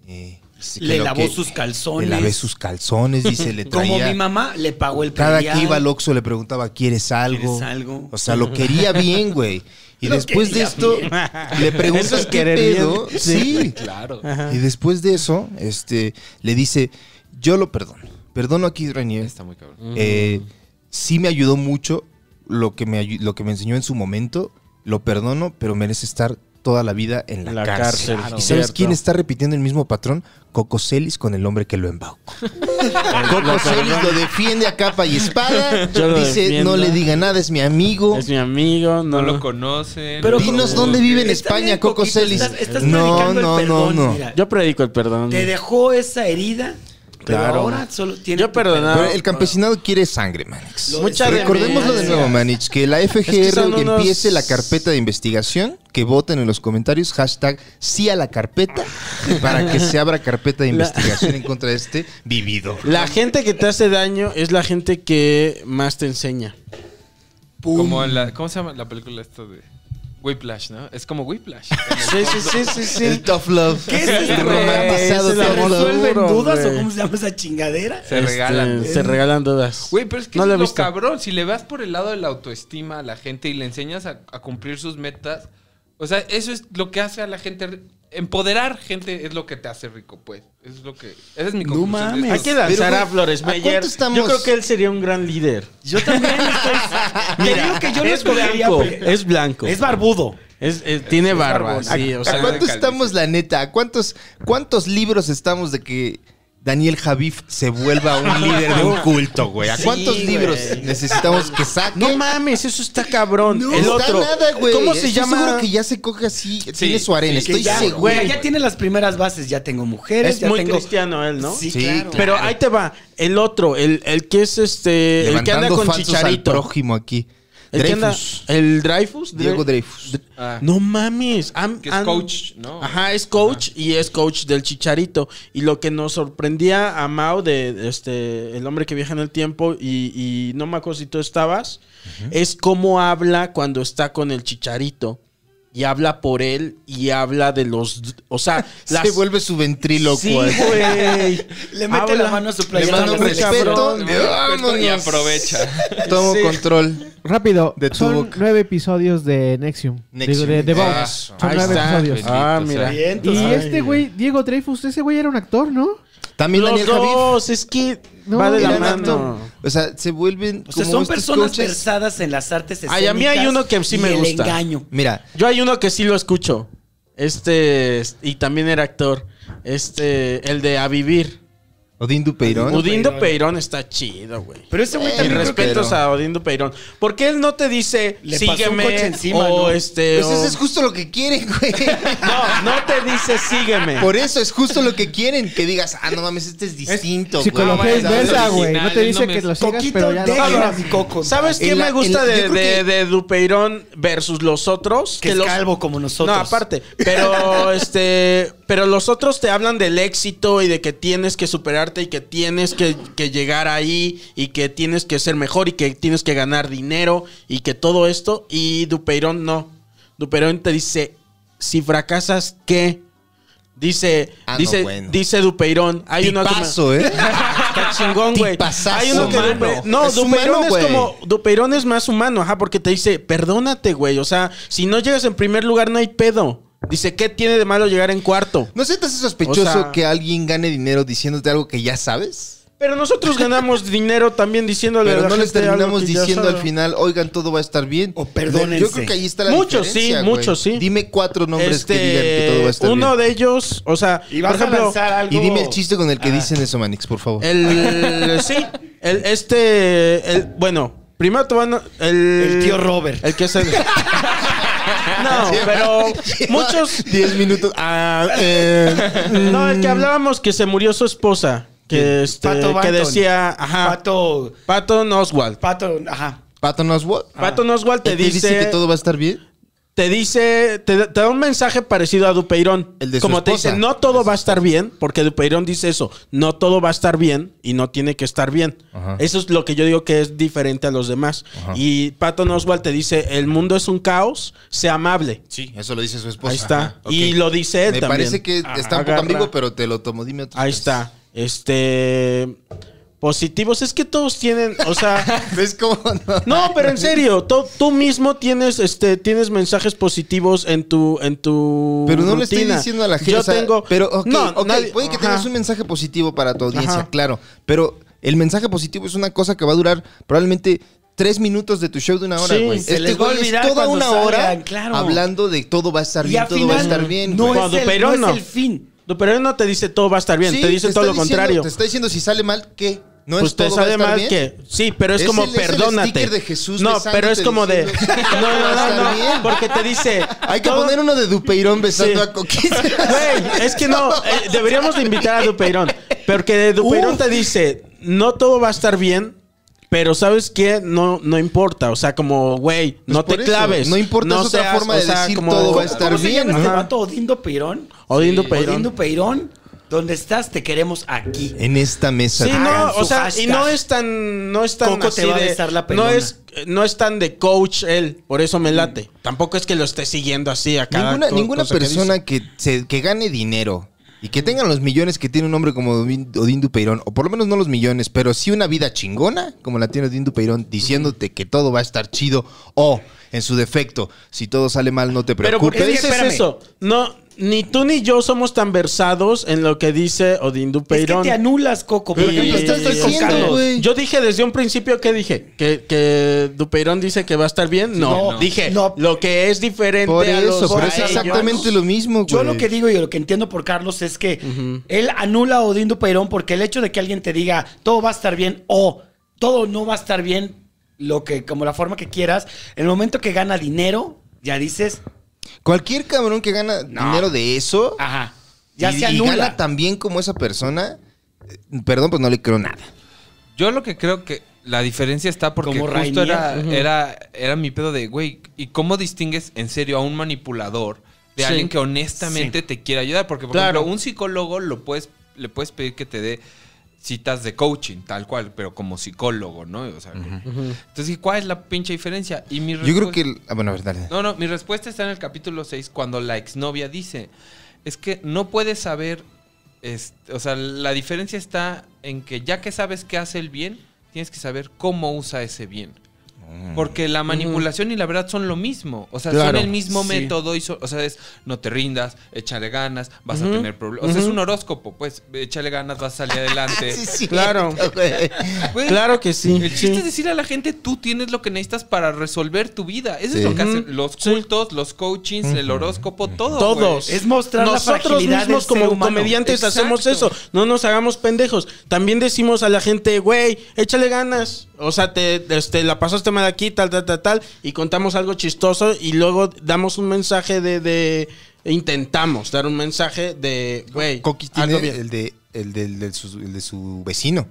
S2: eh, dice que
S3: Le
S2: lo
S3: lavó
S2: que-
S3: sus
S2: le
S3: calzones.
S2: lavé sus calzones, dice, le
S3: <laughs> Como mi
S2: traía...
S3: mamá le pagó el
S2: Cada
S3: predial.
S2: que iba al Oxxo le preguntaba, ¿quieres algo?
S3: ¿Quieres algo?
S2: O sea, lo quería bien, güey. Y
S3: Lo
S2: después de
S3: quería
S2: esto,
S3: bien.
S2: <laughs> le preguntas
S1: Eso es
S2: qué
S1: querer bien.
S2: pedo. Sí,
S4: Claro.
S2: y después de eso, este, le dice, yo lo perdono. Perdono a Keith Ranier.
S4: Está muy cabrón.
S2: Eh, sí me ayudó mucho lo que me, ayu- lo que me enseñó en su momento. Lo perdono, pero merece estar toda la vida en la,
S1: La
S2: cárcel.
S1: cárcel,
S2: ¿Y sabes
S1: cierto.
S2: quién está repitiendo el mismo patrón? Coco Celis con el hombre que lo embaucó. Coco Celis lo defiende a capa y espada.
S1: Yo lo
S2: dice,
S1: defiendo.
S2: no le diga nada, es mi amigo.
S1: Es mi amigo, no,
S4: No
S1: lo
S4: lo conocen.
S3: Pero-
S2: Dinos
S3: Pero-
S2: dónde vive en
S3: Está bien,
S2: España, Coco
S3: Coquito,
S2: Celis.
S3: estás- estás
S2: No,
S3: predicando el
S2: no, no,
S3: perdón,
S2: no.
S3: mira.
S1: Yo predico el perdón.
S3: Te dejó esa herida, pero
S1: Claro.
S3: ahora solo tiene.
S1: Yo
S3: tu
S1: perdonaba.
S3: perdón.
S2: Pero el campesinado quiere sangre, Manix.
S3: Lo
S1: Mucha
S3: de-
S2: Recordémoslo de nuevo, Manix, que la FGR
S1: que son unos-
S2: empiece la carpeta de investigación, que voten en los comentarios, hashtag sí a la carpeta, para que se abra carpeta de
S1: <laughs> La-
S2: investigación en contra de este vivido.
S1: La gente que te hace daño es la gente que más te enseña.
S4: Como en la, ¿Cómo se llama la película esta de Whiplash, no? Es como Whiplash.
S1: Sí, sí, sí, sí, sí.
S2: El tough love.
S3: ¿Qué es esto?
S2: Romantizado
S1: este Es
S3: ¿Se
S1: el
S2: tough
S1: amor
S2: love.
S3: resuelven
S1: duro,
S3: dudas o
S1: güey.
S3: cómo se llama esa
S4: <laughs>
S3: chingadera?
S4: Se regalan.
S1: Se regalan dudas.
S4: Güey, pero es que
S1: Este, no
S4: eso
S1: lo he
S4: es lo
S1: visto.
S4: cabrón. Si le vas por el lado de la autoestima a la gente y le enseñas a, a cumplir sus metas, o sea, eso es lo que hace a la gente. ri- Empoderar gente es lo que te hace rico, pues. Eso es lo que. Esa es mi
S3: No
S4: conclusión. de
S3: mames.
S4: esto.
S1: Hay que lanzar
S2: Pero,
S1: a Flores
S2: ¿a cuánto
S1: Meyer.
S2: estamos?
S1: Yo creo que él sería un gran líder.
S3: Yo también estoy. Te digo que yo lo
S1: es
S3: escogería.
S1: blanco,
S3: pero-
S1: es blanco.
S3: Es barbudo.
S1: Es- eh, tiene barba,
S4: barbón.
S1: sí, o sea.
S2: ¿A cuánto
S4: calvicie.
S2: estamos, la neta? ¿A cuántos, cuántos libros estamos de que Daniel Javif se vuelva un líder de un culto, güey? ¿A
S1: Sí,
S2: cuántos
S1: güey.
S2: libros necesitamos que saque?
S1: No mames, eso está cabrón.
S2: No,
S1: el
S2: está
S1: otro.
S2: nada, güey.
S1: ¿Cómo se
S2: Estoy
S1: llama?
S2: seguro que ya se coge así, tiene su arena.
S4: sí,
S2: Estoy
S3: ya,
S2: seguro.
S3: mira, ya tiene las primeras bases. Ya tengo mujeres.
S1: es
S3: ya
S1: muy
S3: tengo-
S1: cristiano él, ¿no?
S3: Sí,
S2: Sí,
S3: claro.
S1: Pero ahí te va, el otro, el, el que es este, el que anda
S2: Levantando
S1: con
S2: falsos
S1: Chicharito.
S2: al prójimo aquí.
S1: El que anda-
S2: Dreyfus.
S1: el Dreyfus.
S2: Diego
S1: Dre-
S2: Dreyfus.
S1: Dre-
S4: Ah.
S1: No mames. am-
S4: Que es
S1: am-
S4: coach, ¿no?
S1: Ajá, es coach y es coach del Chicharito. Y lo que nos sorprendía a Mao de de este, el hombre que viaja en el tiempo y, y no me acuerdo si tú estabas, es cómo habla cuando está con el Chicharito. Y habla por él y habla de los... O sea,
S2: Se vuelve eh. su ventríloco.
S1: Sí,
S2: así.
S1: güey.
S3: <laughs> Le mete la mano a su
S2: Le
S3: playera.
S2: mando un
S3: Está muy
S2: respeto.
S1: cabrón.
S4: Le mando respeto y
S2: Vámonos.
S4: aprovecha.
S2: Tomo
S1: Sí.
S2: control.
S5: Rápido,
S2: De tu
S5: son
S2: boca.
S5: nueve episodios de Nexium.
S2: Nexium.
S5: Digo, de, de Vogue.
S4: Ah,
S5: son nueve episodios.
S4: bendito
S1: Ah,
S4: sea.
S1: mira.
S3: Bien,
S5: Y
S3: entonces-
S5: este güey, Diego Dreyfus, ese güey era un actor, ¿no?
S2: También
S1: Los
S2: Daniel Javif.
S1: dos, es que
S5: No,
S1: va de la
S2: Eran
S1: mano.
S2: actor. O sea, se vuelven
S3: O sea,
S2: como
S3: son
S2: estos
S3: personas
S2: coaches.
S3: versadas en las artes escénicas.
S1: Ay, a mí hay uno que sí
S3: y
S1: me
S3: el
S1: gusta.
S3: engaño.
S2: Mira,
S1: Yo hay uno que sí lo escucho. Este, es- y también era actor. Este, el de A Vivir.
S2: Odín Dupeirón.
S1: Odindo Peirón está chido, güey.
S3: Pero ese güey
S2: Eh,
S1: Y
S3: también creo que
S1: respetos
S2: pero-
S1: a Odindo Peirón. Porque él no te dice,
S3: Le pasó un
S1: sígueme.
S3: coche encima,
S1: o
S3: ¿no?
S1: este.
S2: Pues
S1: o-
S2: eso es justo lo que quieren, güey.
S1: No, no te dice, sígueme.
S2: <laughs> Por eso es justo lo que quieren. Que digas, ah, no mames, este es distinto, güey.
S4: No,
S5: Psicología
S4: bueno,
S5: es
S4: no,
S5: versa,
S4: es
S5: güey.
S4: original,
S5: No te
S4: él
S5: dice
S4: no
S5: que
S4: me-
S5: lo sigas,
S3: <laughs> Coquito,
S5: pero ya lo
S3: déjalo
S5: hagas.
S3: a mi coco.
S1: ¿Sabes
S2: En
S1: qué
S2: la-
S1: me gusta
S2: en la-
S1: de,
S2: yo creo
S1: de- de Dupeirón versus los otros?
S3: Que es
S1: los-
S3: calvo como nosotros.
S1: No, aparte. <laughs> Pero, este. Pero los otros te hablan del éxito y de que tienes que superarte y que tienes que, que llegar ahí y que tienes que ser mejor y que tienes que ganar dinero y que todo esto. Y Dupeirón no. Dupeirón te dice: si fracasas, ¿qué? Dice,
S2: Ah, no,
S1: dice,
S2: bueno.
S1: dice Dupeirón. Hay uno que me-
S2: Tipazo, ¿eh?
S1: Está chingón, güey.
S2: Tipazazo.
S1: Hay uno que
S2: Humano.
S1: Dupe- No,
S2: Es
S1: Dupeirón
S2: humano,
S1: es
S2: güey.
S1: como. Dupeirón es más humano, ajá, porque te dice, perdónate, güey. O sea, si no llegas en primer lugar, no hay pedo. Dice, ¿qué tiene de malo llegar en cuarto?
S2: ¿No sientes sospechoso
S1: O sea-
S2: que alguien gane dinero diciéndote algo que ya sabes?
S1: Pero nosotros
S2: <laughs>
S1: ganamos dinero también diciéndole a
S2: Pero
S1: la
S2: no les
S1: gente algo
S2: terminamos
S1: que ya
S2: diciendo al
S1: sabe.
S2: final, oigan, todo va a estar bien.
S3: O perdónense.
S2: Yo creo que ahí está la
S1: Muchos sí,
S2: diferencia, güey.
S1: muchos sí.
S2: Dime cuatro nombres que
S1: Este,
S2: digan que todo va a estar
S1: uno
S2: bien.
S1: de ellos, o sea,
S3: Y
S1: por
S3: vas a
S1: ejemplo,
S3: lanzar algo.
S2: Y dime el chiste con el que dicen eso, Manix, por favor.
S1: el sí, el este, el bueno, primero te van a- el
S3: El tío Robert.
S1: el que se No, pero muchos
S2: Diez minutos.
S1: Ah, eh, no, el que hablábamos que se murió su esposa, que este,
S3: Pato
S1: que
S3: Banton.
S1: decía, ajá, Pato,
S3: Pato.
S1: Oswald.
S3: Pato. Ajá.
S2: Pato Oswald.
S1: Pato Oswald te
S2: ¿Te dice,
S1: dice,
S2: Ah. que todo va a estar bien?
S1: te dice, te, te da un mensaje parecido a Dupeirón.
S2: El de su
S1: Como te
S2: esposa.
S1: dice, no todo va a estar bien, porque Dupeirón dice eso, no todo va a estar bien y no tiene que estar bien.
S2: Ajá.
S1: Eso es lo que yo digo que es diferente a los demás. Y Pato Oswald te dice, el mundo es un caos, sea amable.
S4: Sí.
S2: Eso lo dice su esposa.
S1: Ahí está.
S2: Ajá, ok.
S1: Y lo dice él
S2: Me
S1: también.
S2: parece que está un poco
S1: Agarra.
S2: ambiguo, pero te lo tomo. Dime otro.
S1: Ahí está. Este. Positivos. Es que todos tienen.
S2: <laughs>
S1: O sea.
S2: ¿Ves cómo no?
S1: No, pero en serio, to- tú mismo tienes, este, tienes mensajes positivos en tu, en tu.
S2: Pero no le estoy
S1: rutina.
S2: diciendo a la gente.
S1: Yo
S2: o sea,
S1: tengo.
S2: Pero, ok,
S1: No,
S2: ok,
S1: nadie-
S2: puede que
S1: ajá.
S2: tengas un mensaje positivo para tu audiencia,
S1: Ajá.
S2: claro. Pero el mensaje positivo es una cosa que va a durar probablemente tres minutos de tu show de una hora,
S1: Sí,
S2: güey. Este
S3: se les va a
S2: güey es
S3: olvidar
S2: toda
S3: cuando
S2: una
S3: salgan,
S2: hora
S3: claro.
S2: hablando de todo va a estar
S3: Y
S2: bien,
S3: al
S2: todo va a
S3: final,
S2: estar bien.
S3: No,
S2: güey.
S3: es
S1: Cuando
S3: el,
S1: Perón,
S3: no
S1: no.
S3: es el fin.
S1: No, Pero él no te dice todo va a estar bien,
S2: Sí,
S1: te dice
S2: está
S1: todo lo
S2: diciendo-
S1: contrario.
S2: Te está diciendo si sale mal, ¿qué? No es
S1: pues te
S2: todo va a
S1: sabe
S2: estar
S1: mal
S2: bien.
S1: que. Sí, pero es,
S2: Es
S1: como
S2: el- es el
S1: perdónate.
S2: sticker de Jesús
S1: no,
S2: besándote
S1: pero es como de.
S2: diciendo,
S1: <laughs> No, no,
S2: "Está
S1: no, no,
S2: bien".
S1: Porque te dice.
S2: Hay que
S1: todo-
S2: poner uno de Dupeirón besando
S1: Sí.
S2: a
S1: <laughs>
S2: Coquín.
S1: Güey, es
S2: <laughs>
S1: que no, eh, deberíamos de invitar a Dupeirón. Porque Dupeirón te dice, no todo va a estar bien, pero ¿sabes qué? No, no importa. O sea, como, güey, no
S2: Pues por
S1: te
S2: eso,
S1: claves.
S2: no importa, es otra forma de decir todo va a estar
S3: ¿Cómo se
S2: bien,
S3: llama este
S1: ajá.
S3: vato? Odindo Peirón.
S1: Odín Dupeirón.
S3: Odindo Peirón. Donde estás, te queremos aquí.
S2: En esta mesa.
S1: Sí,
S2: de-
S1: no,
S3: Hagan su
S1: o sea, y
S3: hashtag.
S1: no es tan, no es tan
S3: Coco te
S1: así
S3: va a
S1: de-
S3: besar la
S1: no
S3: pelona.
S1: es, no es tan de coach él, por eso me late. Tampoco es que lo esté siguiendo así a cada
S2: Ninguna,
S1: co-
S2: ninguna
S1: cosa que dice.
S2: persona que, se- que gane dinero y que tenga los millones que tiene un hombre como Odín Odín Dupeirón, o por lo menos no los millones, pero sí una vida chingona como la tiene Odín Dupeirón, diciéndote que todo va a estar chido o, en su defecto, si todo sale mal no te
S1: Pero ¿por
S2: preocupes.
S1: qué dices
S3: espérame.
S1: eso? No, ni tú ni yo somos tan versados en lo que dice Odín Dupeirón.
S3: Es que te anulas, Coco.
S2: Pero
S3: porque
S2: ¿qué
S3: yo
S2: me estás
S3: estoy con
S2: diciendo,
S3: Carlos.
S2: güey?
S1: Yo dije desde un principio que dije que, que Dupeirón dice que va a estar bien. No,
S3: No,
S1: dije
S3: no.
S1: lo que es diferente
S2: Por
S1: a los
S2: eso, pero es
S3: a ellos.
S2: exactamente lo mismo, güey.
S3: Yo lo que digo y lo que entiendo por Carlos es que él anula a Odindo Peirón porque el hecho de que alguien te diga todo va a estar bien o todo no va a estar bien, lo que, como la forma que quieras, en el momento que gana dinero, ya dices,
S2: Cualquier cabrón que gana
S3: No.
S2: dinero de eso
S3: ajá, ya
S2: y,
S3: se
S2: y
S3: anula.
S2: gana tan bien como esa persona, eh, perdón, pues no le creo nada.
S4: Yo lo que creo que la diferencia está porque
S3: Como
S4: justo
S3: Rainier.
S4: era, era, era mi pedo de, güey, ¿y cómo distingues en serio a un manipulador de
S1: Sí.
S4: alguien que honestamente te quiere ayudar? Porque, por
S1: Claro.
S4: ejemplo, un psicólogo lo puedes, le puedes pedir que te dé citas de coaching, tal cual, pero como psicólogo, ¿no? O sea, Entonces, ¿y ¿cuál es la pinche diferencia? Y mi
S2: Yo creo
S4: respuesta-
S2: que...
S3: pues.
S2: el- ah, bueno, a ver, dale.
S4: no, no, mi respuesta está en el capítulo 6 cuando la exnovia dice, es que no puedes saber, es- o sea, la diferencia está en que ya que sabes qué hace el bien, tienes que saber cómo usa ese bien.
S2: Mm.
S4: Porque la manipulación y la verdad son lo mismo. O sea, son
S1: Claro.
S4: el mismo
S1: Sí.
S4: método. Y son- o sea, es no te rindas, échale ganas, vas a tener problemas. O sea, es un horóscopo, pues, échale ganas, vas a salir adelante.
S2: <laughs> <laughs>
S3: eh,
S4: Pues,
S2: Sí, sí,
S1: Claro.
S2: güey.
S4: Güey,
S1: Claro que sí.
S4: el chiste es decirle a la gente, tú tienes lo que necesitas para resolver tu vida. Eso
S2: Sí.
S4: es lo que
S1: Ujú.
S4: hacen los cultos, los coachings, el horóscopo, todo.
S1: Todos.
S4: güey.
S3: Es mostrar la
S1: Nosotros
S3: fragilidad
S1: mismos
S3: del ser
S1: como
S3: humano.
S1: comediantes
S4: Exacto.
S1: hacemos eso. No nos hagamos pendejos. También decimos a la gente, güey, échale ganas. O sea, te este, la pasaste mal aquí, tal, tal, tal, tal. Y contamos algo chistoso y luego damos un mensaje de... de- intentamos dar un mensaje de, güey,
S2: Coquis
S1: algo
S2: tiene
S1: bien.
S2: el de, el, de, el de su, el de su vecino.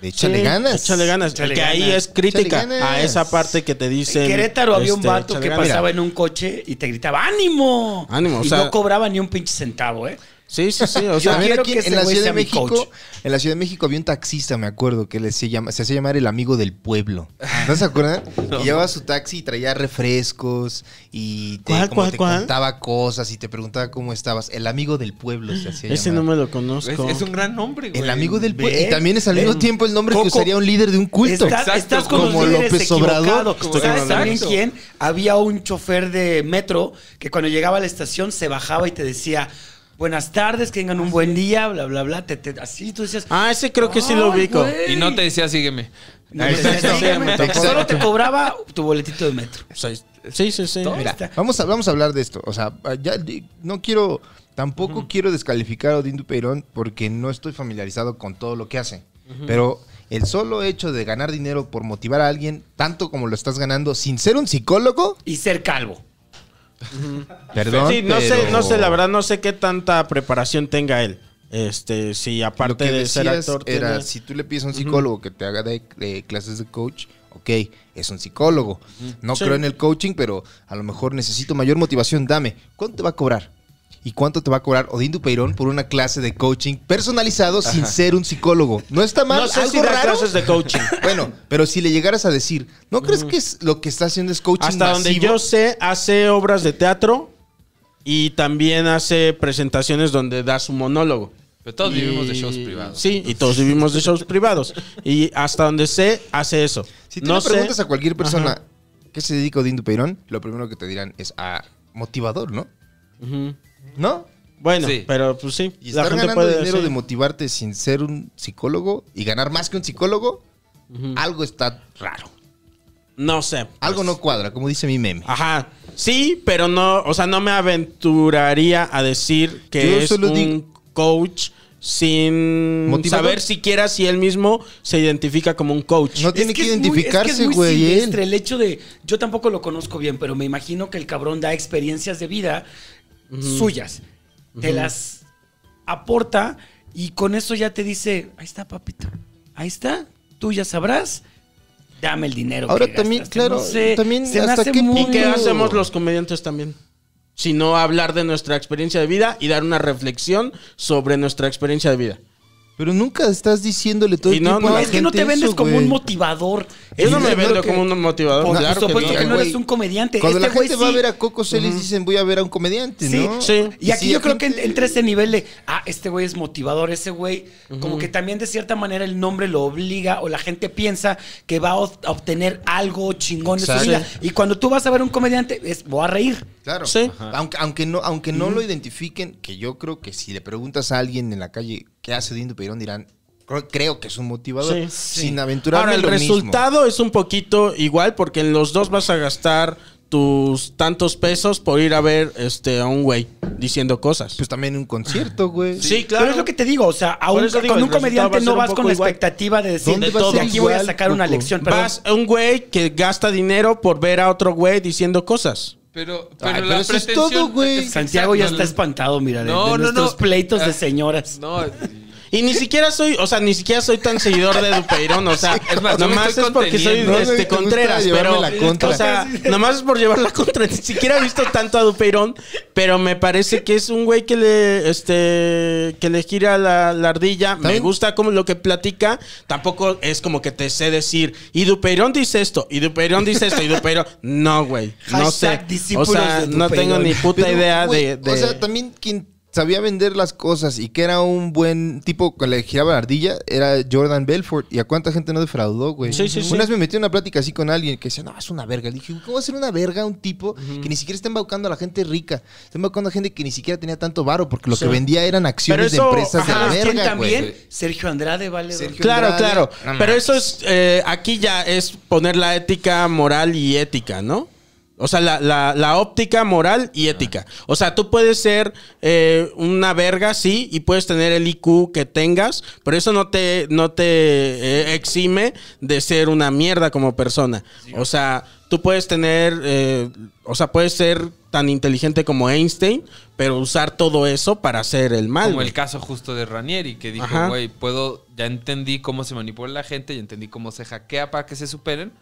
S2: De échale
S1: Sí,
S2: ganas.
S1: Échale ganas.
S3: Échale
S1: que ahí
S3: ganas.
S1: es crítica
S2: Échale ganas.
S1: a esa parte que te dicen.
S3: en Querétaro había un
S1: este,
S3: vato
S1: échale
S3: que
S1: ganas.
S3: pasaba en un coche y te gritaba ¡Ánimo!
S1: Ánimo, o
S3: y
S1: sea-
S3: no cobraba ni un pinche centavo, ¿eh?
S1: Sí, sí, sí. O sea,
S3: Yo-
S2: También
S3: quiero
S2: aquí
S3: que ese
S2: en la
S3: güey
S2: Ciudad de
S3: sea mi coach.
S2: México, en la Ciudad de México había un taxista, me acuerdo, que le se, llama, se hacía llamar el amigo del pueblo.
S1: Ah.
S2: ¿No se
S1: <laughs>
S2: acuerdan? Y llevaba su taxi y traía refrescos y te,
S1: ¿Cuál,
S2: como
S1: cuál,
S2: te
S1: cuál?
S2: contaba cosas y te preguntaba cómo estabas. El amigo del pueblo se hacía
S1: ese no
S2: llamar.
S1: me lo
S4: Es,
S1: conozco.
S4: es un gran nombre, güey.
S2: El amigo del pueblo.
S3: ¿Ves?
S2: Y también es al mismo
S3: ¿Ves?
S2: tiempo el nombre
S3: Coco.
S2: que usaría un líder de un culto.
S3: Estás,
S4: Exacto.
S3: estás con
S2: Como
S3: los líderes
S2: López Obrador.
S3: equivocados.
S4: Estoy
S3: ¿Sabes
S4: con-
S3: también
S4: Exacto.
S3: quién? Había un chofer de metro que cuando llegaba a la estación se bajaba y te decía, buenas tardes, que
S2: Ah,
S3: tengan un buen día, bla, bla, bla. te- te- así tú decías...
S1: Ah, ese creo que sí lo
S3: "Ay,
S1: ubico.
S3: güey".
S4: Y no te decía, sígueme.
S3: No, pues, no,
S1: Exacto.
S3: no, dígame.
S2: Exacto.
S3: Solo te cobraba tu boletito de metro.
S1: O sea, Sí, sí, sí.
S3: Todo
S2: Mira,
S3: está-
S2: vamos a, vamos a hablar de esto. O sea, ya di- no quiero, tampoco quiero descalificar a Odín Dupeirón porque no estoy familiarizado con todo lo que hace. Pero el solo hecho de ganar dinero por motivar a alguien, tanto como lo estás ganando, sin ser un psicólogo,
S3: Y ser calvo.
S2: perdón.
S1: Sí, no sé,
S2: pero-
S1: no sé, la verdad no sé qué tanta preparación tenga él. Este,
S2: Lo
S1: si
S2: que
S1: aparte de ser
S2: decías
S1: actor
S2: era,
S1: tiene-
S2: si tú le pides a un psicólogo que te haga de, de clases de coach, ok, es un psicólogo. No
S1: Sí.
S2: creo en el coaching, pero a lo mejor necesito mayor motivación. Dame, ¿cuánto te va a cobrar? ¿Y cuánto te va a cobrar Odín Dupeirón por una clase de coaching personalizado sin ser un psicólogo? ¿No está mal?
S1: no sé
S2: ¿Algo
S1: si da
S2: raro?
S1: clases de coaching.
S2: Bueno, pero si le llegaras a decir, ¿no crees que es lo que está haciendo es <laughs> coaching
S1: Hasta donde
S2: masivo?
S1: yo sé, hace obras de teatro y también hace presentaciones donde da su monólogo.
S4: Pero todos vivimos de
S1: Y-
S4: shows privados.
S1: Sí, y todos vivimos de shows privados. Y hasta donde sé, hace eso.
S2: Si tú
S1: no
S2: le
S1: sé-
S2: preguntas a cualquier persona
S1: Ajá.
S2: qué se dedica Odín Dupeirón, lo primero que te dirán es a motivador, ¿no?
S1: Ujú.
S2: ¿No,
S1: Bueno,
S4: Sí.
S1: pero pues sí.
S2: Y estar ganando dinero
S1: sí.
S2: de motivarte sin ser un psicólogo y ganar más que un psicólogo, algo está raro.
S3: Pues
S1: No sé.
S2: Algo no cuadra, como dice mi meme.
S3: Ah,
S1: Ajá. Sí, pero no, o sea, no me aventuraría a decir que
S2: Yo
S1: es
S2: solo
S1: un
S2: digo-
S1: coach sin
S2: ¿Motivador?
S1: saber siquiera si él mismo se identifica como un coach.
S2: No tiene
S3: Es
S2: que,
S3: es muy- es que
S2: identificarse,
S3: es muy
S2: güey. él.
S3: siniestre El hecho de. Yo tampoco lo conozco bien, pero me imagino que el cabrón da experiencias de vida suyas. Te las aporta y con eso ya te dice: Ahí está, papito. Ahí está. Tú ya sabrás. Dame el dinero.
S2: Ahora
S3: que
S2: también,
S3: gastaste".
S2: claro, también hasta qué
S1: ¿Y qué
S2: punto-
S1: hacemos los comediantes también? Si no hablar de nuestra experiencia de vida y dar una reflexión sobre nuestra experiencia de vida.
S2: Pero nunca estás diciéndole todo
S1: Y
S2: el
S1: no,
S2: tiempo a
S1: no,
S2: la
S3: Es que no
S2: gente
S3: te vendes
S2: eso,
S3: como
S2: güey.
S3: un motivador.
S1: Yo
S3: Es
S1: no me
S3: dinero
S1: vendo
S3: que-
S1: como un motivador.
S3: Por
S1: claro que
S3: supuesto
S1: no.
S3: que no
S2: güey.
S3: eres un comediante.
S2: Cuando
S3: este
S2: la
S3: güey
S2: gente va a
S3: sí-
S2: ver a Coco Celis, dicen voy a ver a un comediante,
S3: Sí,
S2: ¿no?
S1: sí.
S3: Y aquí
S2: sí,
S3: yo
S2: la
S3: creo que
S2: gente-
S3: en- entra ese nivel de, ah, este güey es motivador, ese güey, como que también de cierta manera el nombre lo obliga o la gente piensa que va a ob- a obtener algo chingón de su
S2: Exacto.
S3: vida. Y cuando tú vas a ver un comediante, es, voy a reír.
S2: Claro.
S1: Sí.
S2: Aunque, aunque no, aunque no lo identifiquen, que yo creo que si le preguntas a alguien en la calle qué hace Odín Dupeirón, dirán, creo, creo que es un motivador.
S1: Sí, sí.
S2: Sin aventurarme
S1: Ahora, el
S2: en lo mismo.
S1: resultado es un poquito igual porque en los dos vas a gastar tus tantos pesos por ir a ver este a un güey diciendo cosas.
S2: Pues también un concierto, güey.
S1: Sí,
S3: Pero es lo que te digo, o sea, a
S1: Por
S3: un-
S1: eso digo,
S3: con
S1: el
S3: un comediante
S1: resultado va a
S3: no vas
S1: ser un poco
S3: con la
S1: igual.
S3: expectativa de decir,
S2: ¿Dónde
S3: de
S2: va a
S3: todo,
S2: ser
S3: aquí voy a
S2: igual,
S3: sacar una
S2: Coco?
S3: lección. Perdón.
S1: Vas a un güey que gasta dinero por ver a otro güey diciendo cosas.
S4: Pero, pero,
S2: Ay, pero
S4: la
S2: eso es
S4: pretensión-
S2: todo, güey.
S4: es que
S3: Santiago ya
S4: exacto,
S3: está espantado, mira, de,
S4: No,
S3: de
S4: no,
S3: nuestros
S4: no.
S3: pleitos
S4: Ah.
S3: de señoras.
S4: No,
S1: Y ni siquiera soy, o sea, ni siquiera soy tan seguidor de Dupeirón, o sea,
S4: <laughs> Es más, no me
S1: nomás
S4: estoy
S1: es porque soy
S4: conteniendo.
S2: No, no,
S1: este,
S2: te gusta
S1: Contreras,
S2: llevarme
S1: pero,
S2: la contra.
S1: o
S4: <laughs>
S1: sea, nomás es por llevar la contra, ni siquiera he visto tanto a Dupeirón, pero me parece que es un güey que le, este, que le gira la, la ardilla, me
S2: ¿También?
S1: gusta como lo que platica, tampoco es como que te sé decir, y Dupeirón dice esto, y Dupeirón dice esto, y Dupeirón, no, güey, no sé,
S3: Hashtag
S1: o
S3: discípulos
S1: sea,
S3: de
S1: no tengo
S3: Dupeirón.
S1: ni puta
S2: Pero,
S1: idea
S2: güey,
S1: de, de-
S2: O sea, también quien sabía vender las cosas y que era un buen tipo que le giraba la ardilla era Jordan Belfort. ¿Y a cuánta gente no defraudó, güey?
S1: Sí, sí, sí.
S2: Una vez me metí en una plática así con alguien que decía, no, es una verga. Le dije, ¿cómo va a ser una verga un tipo que ni siquiera está embaucando a la gente rica? Está embaucando a gente que ni siquiera tenía tanto varo porque lo
S1: Sí.
S2: que vendía eran acciones
S1: eso,
S2: de empresas
S1: ajá,
S2: de la
S3: ¿Sabes quién
S2: verga,
S3: también?
S2: güey.
S3: Sergio Andrade, vale.
S2: Sergio
S1: Claro,
S2: Andrade.
S1: claro.
S2: No
S1: Pero
S2: mames.
S1: eso es, eh, aquí ya es poner la ética moral y ética, ¿no? O sea, la, la- la óptica moral
S4: Ah.
S1: y ética. O sea, tú puedes ser eh, una verga, sí, y puedes tener el IQ que tengas, pero eso no te, no te eh, exime de ser una mierda como persona. O sea, tú puedes tener, eh, o sea, puedes ser tan inteligente como Einstein, pero usar todo eso para hacer el mal.
S4: Como
S1: güey.
S4: el caso justo de Ranieri, que dijo,
S1: Ajá.
S4: güey, puedo, ya entendí cómo se manipula la gente, ya entendí cómo se hackea para que se superen,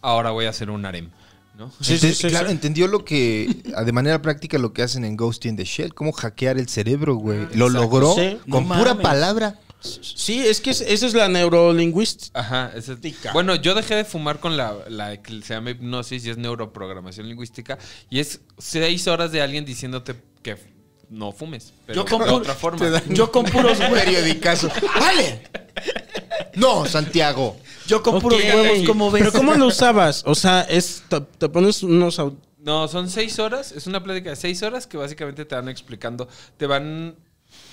S4: ahora voy a hacer un harem. ¿no?
S1: Sí, sí,
S2: Enten-
S1: sí,
S2: claro,
S1: sí.
S2: entendió lo que, de manera práctica, lo que hacen en Ghost in the Shell. Cómo hackear el cerebro, güey. Lo logró
S1: Sí.
S2: con
S3: No
S2: pura
S3: mames.
S2: palabra.
S1: Sí, es que es- esa es la neurolingüística.
S4: Ajá, esa es-
S1: Tica.
S4: Bueno, yo dejé de fumar con la, la que se llama hipnosis y es neuroprogramación lingüística y es seis horas de alguien diciéndote que f- no fumes, pero
S3: Yo con
S4: de
S3: pu-
S4: otra forma. <laughs>
S2: te dan-
S3: Yo con puros hue-
S2: Periodicazo. ¡Vale! No, Santiago.
S3: Yo con puros
S4: Ok,
S3: huevos, como ves?
S1: Pero ¿cómo lo usabas? O sea, es te, te pones unos... au-
S4: No, son seis horas, es una plática de seis horas que básicamente te van explicando, te van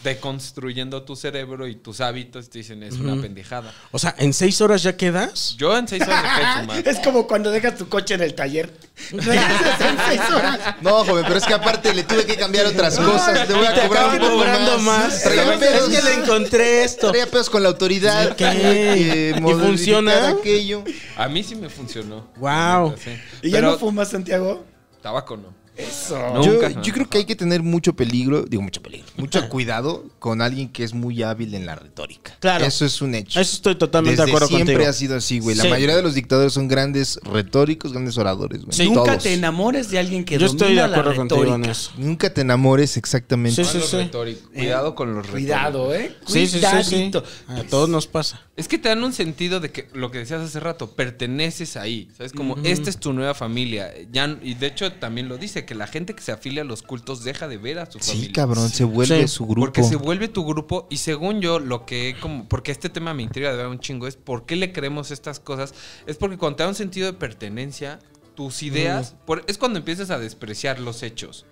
S4: deconstruyendo tu cerebro y tus hábitos, te dicen es una pendejada.
S1: O sea, ¿en seis horas ya quedas?
S4: Yo en seis horas
S3: <laughs>
S4: dejé de fumar.
S3: Es como cuando dejas tu coche en el taller. Regresas en seis horas.
S2: No, joven, pero es que aparte le tuve que cambiar otras cosas. Te voy a
S1: Te
S2: cobrar un
S1: acaban
S2: poco
S1: cobrando
S2: más.
S1: más.
S2: Traía
S1: Es
S2: pedos,
S1: que le encontré esto.
S2: traía pedos con la autoridad.
S1: Ok.
S2: tenía que
S1: ¿Y
S2: modificar
S1: funciona?
S2: aquello.
S4: A mí sí me funcionó.
S1: Wow.
S4: Sí.
S3: ¿Y ya
S4: Pero
S3: no fumas, Santiago?
S4: tabaco no.
S3: Eso.
S4: Nunca.
S2: yo, yo creo que hay que tener mucho peligro, digo mucho peligro, mucho cuidado con alguien que es muy hábil en la retórica.
S1: Claro.
S2: Eso es un hecho.
S1: Eso estoy totalmente
S2: Desde
S1: de acuerdo
S2: siempre
S1: contigo.
S2: ha sido así, güey. La
S1: Sí.
S2: mayoría de los dictadores son grandes retóricos, grandes oradores, güey.
S1: Sí.
S3: Nunca
S2: Todos.
S3: te enamores de alguien que
S1: Yo
S3: domina
S1: estoy de
S3: la
S1: acuerdo contigo en
S3: retórica.
S1: eso.
S2: Nunca te enamores exactamente.
S1: Sí,
S4: Con los
S1: sí.
S4: retóricos. Cuidado con los retóricos.
S3: Cuidado, ¿eh?
S1: Sí, sí, sí, sí.
S3: Cuidadito.
S1: A todos nos pasa.
S4: Es que te dan un sentido de que lo que decías hace rato, perteneces ahí. ¿Sabes? Como esta es tu nueva familia. Ya, y de hecho también lo dice, que la gente que se afilia a los cultos deja de ver a su familia.
S2: Sí, cabrón, se vuelve
S1: Sí.
S2: su grupo.
S4: Porque se vuelve tu grupo y según yo, lo que como, porque este tema me intriga de verdad un chingo, es por qué le creemos estas cosas, es porque cuando te da un sentido de pertenencia, tus ideas, por- es cuando empiezas a despreciar los hechos.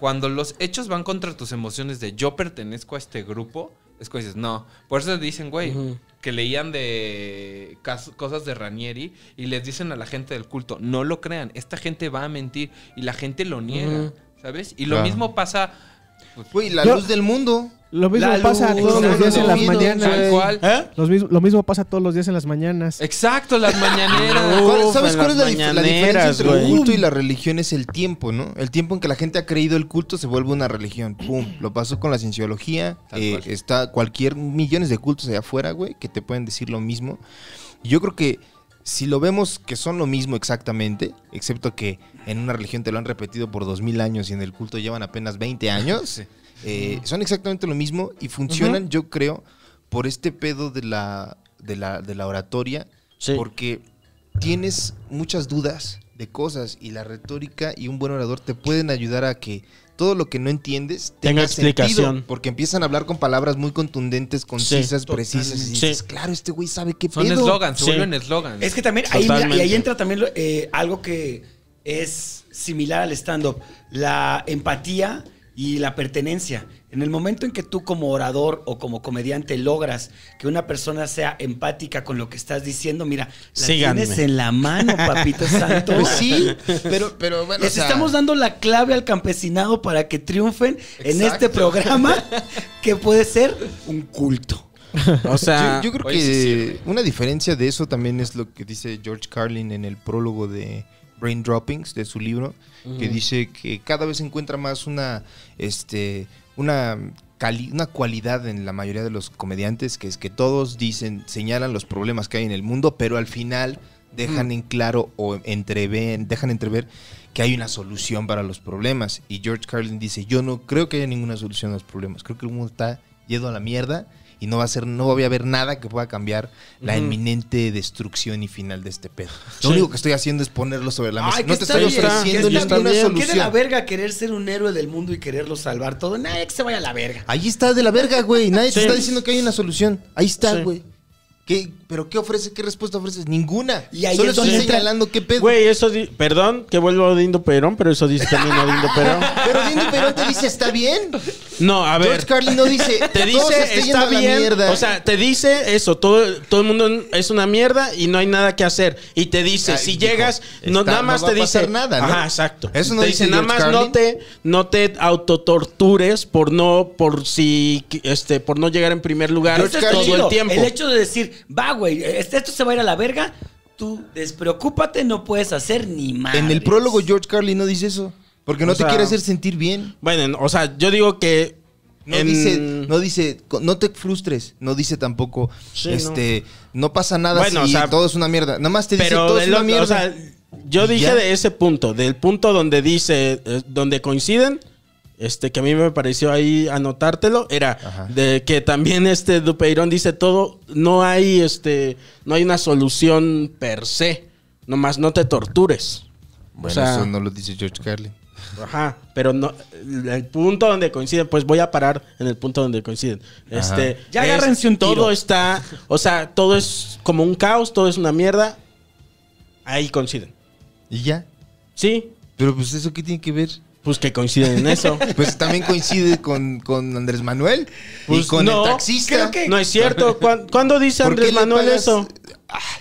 S4: Cuando los hechos van contra tus emociones de yo pertenezco a este grupo, es cuando dices, no, por eso dicen, güey, que leían de cas- cosas de Ranieri y les dicen a la gente del culto, no lo crean, esta gente va a mentir y la gente lo niega, ¿sabes? Y lo
S2: Claro.
S4: mismo pasa... pues,
S2: Güey, la
S5: Yo-
S2: luz del mundo.
S5: Lo mismo
S3: La
S5: pasa
S3: luz,
S5: todos los
S2: exacto,
S5: días en las
S2: dormido,
S4: Tal
S5: mañanas.
S4: cual.
S1: ¿Eh?
S5: Los mis- lo mismo pasa todos los días en las mañanas.
S4: Exacto, las mañaneras.
S2: ¿Cuál-
S1: Uf,
S2: ¿Sabes
S1: en
S2: cuál es
S1: las
S2: la, dif- la diferencia
S1: mañaneras,
S2: entre el
S1: güey.
S2: culto y la religión? Es el tiempo, ¿no? El tiempo en que la gente ha creído el culto se vuelve una religión. Pum. Lo pasó con la cienciología.
S4: Tal
S2: eh,
S4: cual.
S2: está cualquier millones de cultos allá afuera, güey, que te pueden decir lo mismo. Y Yo creo que si lo vemos que son lo mismo exactamente, excepto que en una religión te lo han repetido por dos mil años y en el culto llevan apenas 20 años, eh, son exactamente lo mismo y funcionan, yo creo, por este pedo de la, de la, de la oratoria,
S1: Sí.
S2: porque tienes muchas dudas de cosas y la retórica y un buen orador te pueden ayudar a que todo lo que no entiendes
S1: Tenga
S2: sentido,
S1: explicación.
S2: porque empiezan a hablar con palabras muy contundentes, concisas, precisas. Y
S1: Sí.
S2: dices, claro, este güey sabe qué
S4: Son
S2: pedo.
S4: eslogans, se
S1: Sí.
S4: vuelven eslogans.
S3: Es que también ahí,
S1: Totalmente.
S3: mira, y ahí entra también lo- eh, algo que es similar al stand-up, la empatía y la pertenencia. En el momento en que tú como orador o como comediante logras que una persona sea empática con lo que estás diciendo, mira, la
S1: Síganme.
S3: tienes en la
S2: <laughs>
S3: mano, papito santo.
S2: Pues
S3: <laughs>
S2: sí, pero, pero bueno.
S3: Les
S2: o sea,
S3: estamos dando la clave al campesinado para que triunfen en
S2: <laughs>
S3: este programa que puede ser un culto.
S1: O sea,
S2: yo, yo creo
S4: oye, sí
S2: que una diferencia de eso también es lo que dice George Carlin en el prólogo de Brain Droppings de su libro, que dice que cada vez encuentra más una este una cali- una cualidad en la mayoría de los comediantes que es que todos dicen, señalan los problemas que hay en el mundo, pero al final dejan en claro o entreven, dejan entrever que hay una solución para los problemas. Y George Carlin dice, yo no creo que haya ninguna solución a los problemas. Creo que el mundo está yendo a la mierda y no va a ser, no va a haber nada que pueda cambiar la inminente destrucción y final de este pedo. Lo único que estoy haciendo es ponerlo sobre la mesa.
S3: Ay,
S2: no
S3: que
S2: te
S3: está
S2: estoy
S3: bien,
S2: ofreciendo
S3: que está
S2: ninguna
S3: bien. ¿Qué de la
S2: solución.
S3: verga querer ser un héroe del mundo y quererlo salvar todo? Nadie que se vaya a la verga.
S2: Ahí está de la verga, güey. Nadie
S1: Sí.
S2: te está diciendo que hay una solución. Ahí está,
S1: Sí.
S2: güey. ¿Qué- ¿Pero qué ofrece? ¿Qué respuesta ofreces? Ninguna.
S3: Y ahí
S2: Solo
S3: es donde
S2: estoy
S3: entra-
S2: señalando qué pedo.
S1: güey, eso... di- Perdón que vuelvo a Odindo Perón, pero eso dice también Odindo
S2: <laughs>
S1: Perón.
S2: Pero Dino Perón te dice, está
S3: <laughs>
S2: bien.
S1: No, a ver.
S2: George Carlin no dice,
S1: <laughs> Te
S2: "Todo se
S1: dice,
S2: yendo
S1: está
S2: a la
S1: bien.
S2: mierda".
S1: O sea, te dice eso. Todo, todo el mundo es una mierda y no hay nada que hacer. Y te dice,
S2: Ay,
S1: si
S2: dijo,
S1: llegas, no,
S2: está-
S1: nada
S2: no
S1: más
S2: va
S1: te
S2: a
S1: dice.
S2: pasar nada, ¿no?
S1: Ajá, exacto.
S2: Eso no
S1: te
S2: dice
S1: dice, nada
S2: George
S1: más
S2: Carlin.
S1: no te, no te autotortures por no, por si, este, por no llegar en primer lugar
S3: Eso está
S1: todo
S3: chido.
S1: el tiempo.
S3: hecho de decir, va, güey, este- esto se va a ir a la verga, tú despreocúpate, no puedes hacer ni más.
S2: en el prólogo George Carlin no dice eso. Porque no
S1: O
S2: te
S1: sea-
S2: quiere hacer sentir bien.
S1: Bueno, o sea, yo digo que.
S2: No
S1: en-
S2: dice, no dice, co- no te frustres. No dice tampoco,
S1: Sí,
S2: este, no, pasa nada
S1: Bueno,
S2: si
S1: o sea,
S2: todo es una mierda. Nada más te dice,
S1: pero
S2: todo
S1: de
S2: es una
S1: lo-
S2: mierda.
S1: o sea, Yo dije
S2: ya?
S1: de ese punto, del punto donde dice, eh, donde coinciden, este que a mí me pareció ahí anotártelo, era
S2: Ajá.
S1: de que también este Dupeirón dice todo, no hay este, no hay una solución per se, nomás no te tortures.
S2: Bueno,
S1: sea-
S2: eso no lo dice George Carlin.
S1: Ajá, pero no, el punto donde coinciden, pues voy a parar en el punto donde coinciden. Este,
S3: Ya
S1: es-
S3: agárrense un tiro.
S1: Todo está, o sea, todo es como un caos, todo es una mierda. Ahí coinciden.
S2: Y ya.
S1: Sí,
S2: Pero pues eso qué tiene que ver.
S1: pues que coinciden en eso.
S2: Pues también coincide con, con Andrés Manuel
S1: Pues
S2: y con
S1: no,
S2: el taxista.
S3: creo que-
S1: No es cierto. ¿Cuán- ¿Cuándo dice
S2: ¿Por qué
S1: Andrés
S2: le
S1: Manuel
S2: pagas?
S1: eso?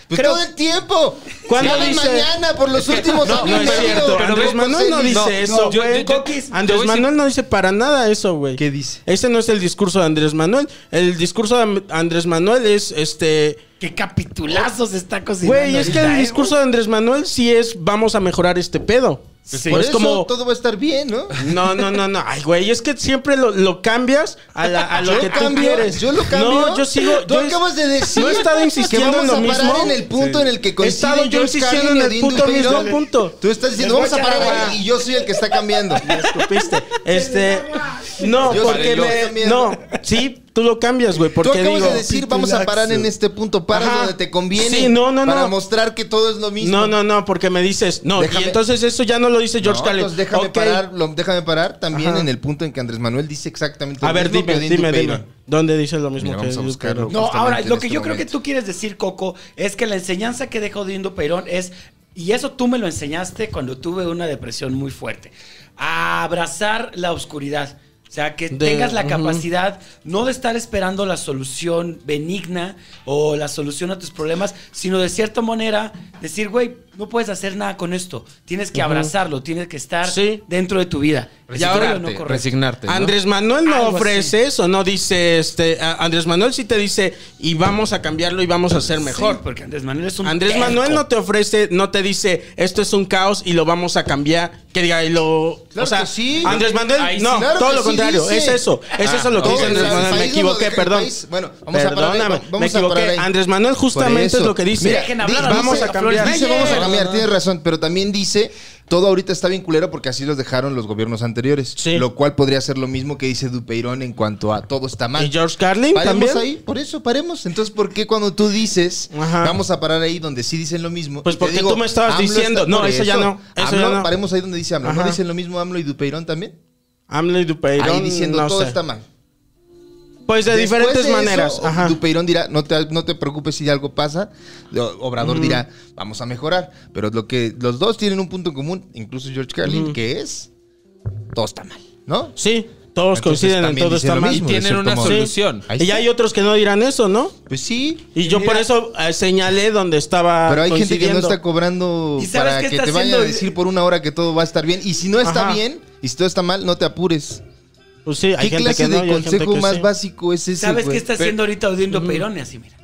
S2: Pues
S3: Creo-
S2: todo el tiempo.
S1: ¿Cuándo
S2: Llamen
S1: dice?
S2: mañana por los últimos
S1: No, no
S2: años.
S1: es cierto.
S4: Pero
S1: Andrés
S4: ve-
S2: pues,
S1: Manuel no dice
S4: no,
S1: eso,
S4: yo-
S1: güey.
S4: yo- yo- Coquis, te
S1: Andrés
S4: voy a
S1: Manuel no dice para nada eso, güey.
S2: ¿Qué dice?
S1: Ese no es el discurso de Andrés Manuel. El discurso de Am- Andrés Manuel es este.
S3: Qué capitulazo se está cocinando.
S1: Güey, es que
S3: ahorita,
S1: el
S3: ¿eh?
S1: discurso de Andrés Manuel sí es vamos a mejorar este pedo.
S2: Pues
S1: Pues
S2: por
S1: es
S2: eso
S1: como.
S2: todo va a estar bien, ¿no?
S1: No, no, no, no. Ay, güey, es que siempre lo, lo cambias a, la- a lo
S2: Yo
S1: que tú
S2: cambio,
S1: quieres.
S2: Yo lo cambio.
S1: No, yo sigo.
S2: Tú
S1: yo es-
S2: acabas de decir.
S1: no he estado insistiendo
S2: que vamos
S1: en lo
S2: a parar
S1: mismo.
S2: en el punto en el que
S1: He
S2: coincide.
S1: estado yo
S2: George
S1: insistiendo
S2: Carlin y
S1: en el
S2: Odín
S1: punto
S2: Dupeirón.
S1: mismo punto.
S2: <laughs> Tú estás diciendo, vamos
S3: Les voy
S2: a
S3: a echar
S2: parar
S3: agua.
S2: ahí y yo soy el que está
S1: <laughs>
S2: cambiando.
S1: escupiste. Este. No,
S2: Yo
S1: porque
S2: soy yo
S1: me.
S2: también.
S1: No, sí, tú lo cambias, güey.
S2: Tú
S1: Porque
S2: acabas
S1: digo.
S2: de decir, vamos a parar en este punto, paras
S1: Ajá.
S2: donde te conviene.
S1: Sí, no, no,
S2: Para
S1: no.
S2: mostrar que todo es lo mismo.
S1: No, no, no, porque me dices. No,
S2: Déjame-
S1: y entonces eso ya no lo dice George
S2: No,
S1: Carlin.
S2: entonces déjame
S1: Ok.
S2: parar, lo- déjame parar también
S1: Ajá.
S2: en el punto en que Andrés Manuel dice exactamente
S1: A ver,
S2: mismo que
S1: dime,
S2: Odín
S1: dime,
S2: Dupeirón.
S1: dime. ¿Dónde dice lo mismo
S2: Mira,
S1: que
S2: vamos a
S1: Odín
S2: buscarlo.
S1: Dupeirón?
S3: No,
S2: justamente
S3: ahora,
S2: en
S3: lo que
S2: este
S3: yo creo que
S2: momento.
S3: tú quieres decir, Coco, es que la enseñanza que dejó Dindo Perón es, y eso tú me lo enseñaste cuando tuve una depresión muy fuerte, a abrazar la oscuridad. O sea, que
S1: De-
S3: tengas la
S1: ujú.
S3: capacidad no de estar esperando la solución benigna o la solución a tus problemas, sino de cierta manera decir, güey, no puedes hacer nada con esto. Tienes que abrazarlo, tienes que estar
S1: Sí.
S3: dentro de tu vida.
S4: Y ahora,
S3: Correcto o no correcto.
S2: Este,
S4: resignarte. ¿no?
S1: Andrés Manuel no
S3: Algo
S1: ofrece
S3: así.
S1: eso, no dice este. a- Andrés Manuel sí te dice y vamos a cambiarlo y vamos a hacer mejor.
S3: Sí,
S2: pues,
S3: porque Andrés Manuel es un
S1: Andrés
S3: terco.
S1: Manuel no te ofrece, no te dice esto es un caos y lo vamos a cambiar. Que diga, y lo.
S2: Claro
S1: o sea,
S2: que sí.
S1: Andrés Manuel,
S4: Ahí sí.
S1: no,
S2: Claro
S1: todo
S2: que
S1: lo
S2: sí
S1: contrario.
S2: dice.
S1: Es eso. Es
S4: Ah,
S1: eso lo que
S4: ok.
S1: dice Andrés
S4: El
S1: Manuel. Me
S2: país no lo
S1: equivoqué,
S2: deja, el
S1: perdón.
S2: país- bueno, vamos a parar ahí,
S1: Perdóname,
S2: va- vamos
S1: me
S2: a parar
S1: equivoqué.
S2: ahí.
S1: Andrés Manuel
S2: Por
S1: justamente
S2: eso.
S1: es lo que dice.
S3: Mira, dejen hablar
S1: Dice,
S3: a los
S1: vamos a
S3: Dice-
S1: cambiar.
S2: Dice, vamos a
S3: Reyes.
S2: cambiar, tienes razón, pero también dice, todo ahorita está bien culero porque así los dejaron los gobiernos anteriores.
S1: Sí.
S2: Lo cual podría ser lo mismo que dice Dupeirón en cuanto a todo está mal.
S1: Y George Carlin
S2: Paremos
S1: también.
S2: ahí, por eso paremos. Entonces, ¿por qué cuando tú dices
S1: Ajá.
S2: vamos a parar ahí donde sí dicen lo mismo?
S1: Pues
S2: y te
S1: porque
S2: digo,
S1: tú me estabas
S2: AMLO
S1: diciendo,
S2: está-
S1: no,
S2: por
S1: eso ya no, eso
S2: AMLO,
S1: ya no.
S2: Paremos ahí donde dice AMLO.
S1: Ajá.
S2: ¿No dicen lo mismo AMLO y Dupeirón también?
S1: AMLO y Dupeirón.
S2: ahí diciendo
S1: no
S2: todo
S1: sé.
S2: está mal.
S1: Pues de
S2: Después
S1: diferentes
S2: de eso,
S1: maneras. Ajá.
S2: Dupeirón dirá, no te, no te preocupes si algo pasa. O- Obrador dirá, vamos a mejorar. Pero lo que los dos tienen un punto en común, incluso George Carlin, que es, todo está mal, ¿no?
S1: Sí, todos
S2: Entonces,
S1: coinciden en
S2: también
S1: todo
S2: dice
S1: está
S2: lo
S1: mal.
S2: mismo,
S4: Y tienen
S2: de cierto
S4: una
S2: modo.
S4: solución.
S2: Ahí
S1: Y
S2: está.
S1: hay otros que no dirán eso, ¿no?
S2: Pues sí.
S1: Y yo por eso eh, señalé donde estaba.
S2: Pero hay gente que no
S1: coincidiendo.
S2: está cobrando
S3: ¿Y sabes
S2: para
S3: qué
S2: que
S3: está
S2: te vayan a
S3: haciendo?
S2: decir por una hora que todo va a estar bien. Y si no está
S1: Ajá.
S2: bien, y si todo está mal, no te apures.
S1: Pues sí, hay
S2: ¿Qué
S1: gente
S2: clase
S1: que
S2: de
S1: no. y hay gente
S2: consejo
S1: que
S2: más
S1: sí.
S2: básico es ese?
S3: ¿Sabes
S2: güey?
S3: qué está haciendo ahorita Odindo Peirón? Y Así, mira.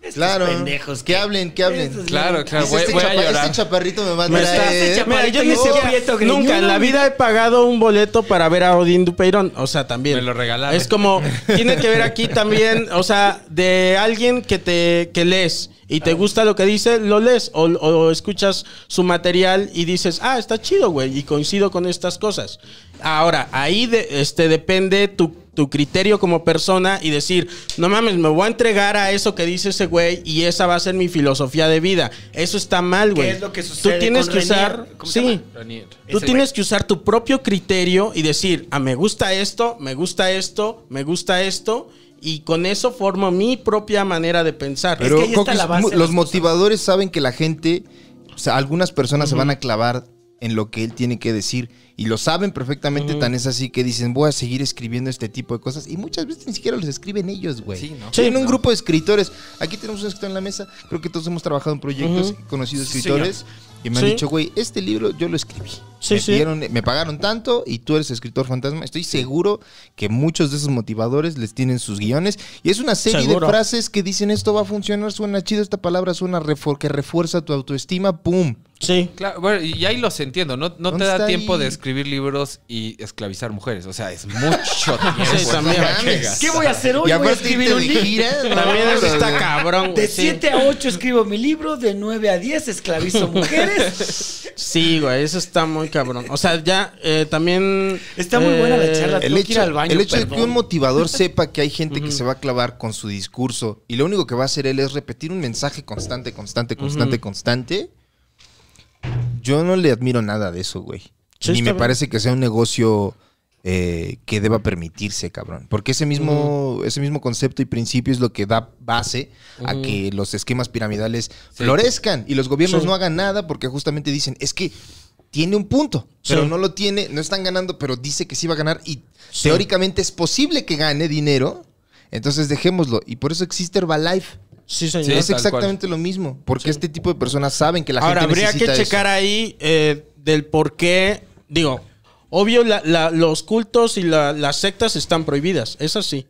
S3: Estos
S2: Claro.
S3: pendejos.
S2: Que hablen, que hablen.
S3: Estos-
S4: Claro, claro,
S2: Dice,
S4: voy,
S2: este,
S4: voy a
S2: chapa-
S4: llorar.
S2: este chaparrito me va a
S1: Me está-
S2: traer.
S3: Este
S1: Mira, yo
S3: chaparrito
S1: ni
S3: y
S1: siquiera-
S3: prieto greñudo,
S1: nunca en la vida he pagado un boleto para ver a Odín Dupeirón. O sea, también.
S4: Me lo regalaron.
S1: Es
S4: <laughs>
S1: como, tiene que ver aquí también, o sea, de alguien que te que lees y te gusta lo que dice, lo lees o, o escuchas su material y dices, ah, está chido, güey, y coincido con estas cosas. Ahora, ahí de- este, depende tu, tu criterio como persona y decir, no mames, me voy a entregar a eso que dice ese güey y esa va a ser mi filosofía de vida. Eso está mal, güey.
S3: es lo que sucede
S1: Tú tienes
S3: con
S1: que
S3: Renier?
S1: usar...
S3: ¿Cómo se
S1: Sí.
S3: llama?
S4: Daniel.
S1: Tú
S3: Ese
S1: tienes que usar tu propio criterio y decir, ah, me gusta esto, me gusta esto, me gusta esto, y con eso formo mi propia manera de pensar.
S3: Es
S2: Pero
S3: que ahí está
S2: Coquis,
S3: la base
S2: mu-
S3: de
S2: los
S3: las
S2: motivadores saben que la gente, o sea, algunas personas se van a clavar en lo que él tiene que decir y lo saben perfectamente, tan es así que dicen, voy a seguir escribiendo este tipo de cosas y muchas veces ni siquiera los escriben ellos, güey.
S4: Sí, ¿no?
S2: Sí, en
S1: Sí,
S2: un
S1: no.
S2: grupo de escritores. Aquí tenemos un escritor en la mesa, creo que todos hemos trabajado en proyectos, he conocido escritores. que me han
S1: Sí.
S2: dicho, güey, este libro yo lo escribí.
S1: Sí,
S2: me,
S1: sí.
S2: pidieron- me pagaron tanto y tú eres escritor fantasma. Estoy seguro que muchos de esos motivadores les tienen sus guiones. Y es una serie
S1: Seguro.
S2: de frases que dicen esto va a funcionar, suena chido, esta palabra suena refor que refuerza tu autoestima, ¡pum!
S1: Sí.
S4: Claro, bueno, y ahí los entiendo. No, no te
S2: ¿Dónde
S4: da
S2: está
S4: tiempo
S2: ahí?
S4: de escribir libros y esclavizar mujeres. O sea, es mucho tiempo.
S1: Sí,
S3: Pues
S1: también.
S4: para que hagas.
S3: ¿Qué voy a hacer hoy?
S2: Y
S3: Voy a
S2: aparte
S3: escribir
S2: irte
S3: un
S2: de
S3: libro.
S2: gira. no,
S1: También eso
S2: no,
S1: está
S2: no.
S1: cabrón. güey,
S3: De
S2: <laughs>
S1: sí.
S3: 7 a 8 escribo mi libro, de 9 a 10 esclavizo mujeres mujeres.
S1: Sí, güey, eso está muy cabrón. O sea, ya eh, también. eh,
S3: Está muy buena la charla.
S2: El
S3: Tengo que ir
S2: hecho,
S3: al baño,
S2: el hecho de que
S3: perdón.
S2: un motivador sepa que hay gente que se va a clavar con su discurso y lo único que va a hacer él es repetir un mensaje constante, constante, constante, constante. Yo no le admiro nada de eso, güey.
S1: Sí,
S2: Ni
S1: está
S2: me
S1: bien.
S2: parece que sea un negocio eh, que deba permitirse, cabrón. Porque ese mismo, ese mismo concepto y principio es lo que da base a que los esquemas piramidales florezcan y los gobiernos
S1: Sí.
S2: no hagan nada porque justamente dicen, es que tiene un punto, pero
S1: Sí.
S2: no lo tiene, no están ganando, pero dice que sí va a ganar y teóricamente es posible que gane dinero, entonces dejémoslo. Y por eso existe Herbalife.
S1: Sí, señor.
S4: Sí,
S2: es
S4: tal
S2: exactamente lo mismo, porque este tipo de personas saben que la
S1: Ahora,
S2: gente
S1: habría que
S2: necesita
S1: checar ahí eh, del por qué. Digo, obvio, la- la- los cultos y la- las sectas están prohibidas. Eso sí.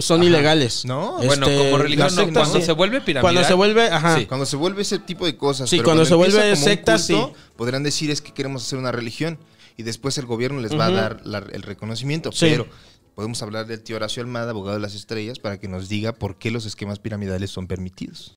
S1: Son ilegales.
S2: No,
S4: bueno,
S1: Este,
S4: como religión,
S1: las
S4: no,
S1: sectas,
S4: cuando
S1: sí.
S4: se vuelve piramidal.
S1: Cuando se vuelve, ajá.
S4: Sí.
S2: Cuando se vuelve ese tipo de cosas,
S1: Sí,
S2: pero
S1: cuando se
S2: empieza
S1: vuelve
S2: como un
S1: secta,
S2: culto, podrán decir es que queremos hacer una religión y después el gobierno les va a dar la- el reconocimiento,
S1: Sí.
S2: pero podemos hablar del tío Horacio Almada, abogado de las estrellas, para que nos diga por qué los esquemas piramidales son permitidos.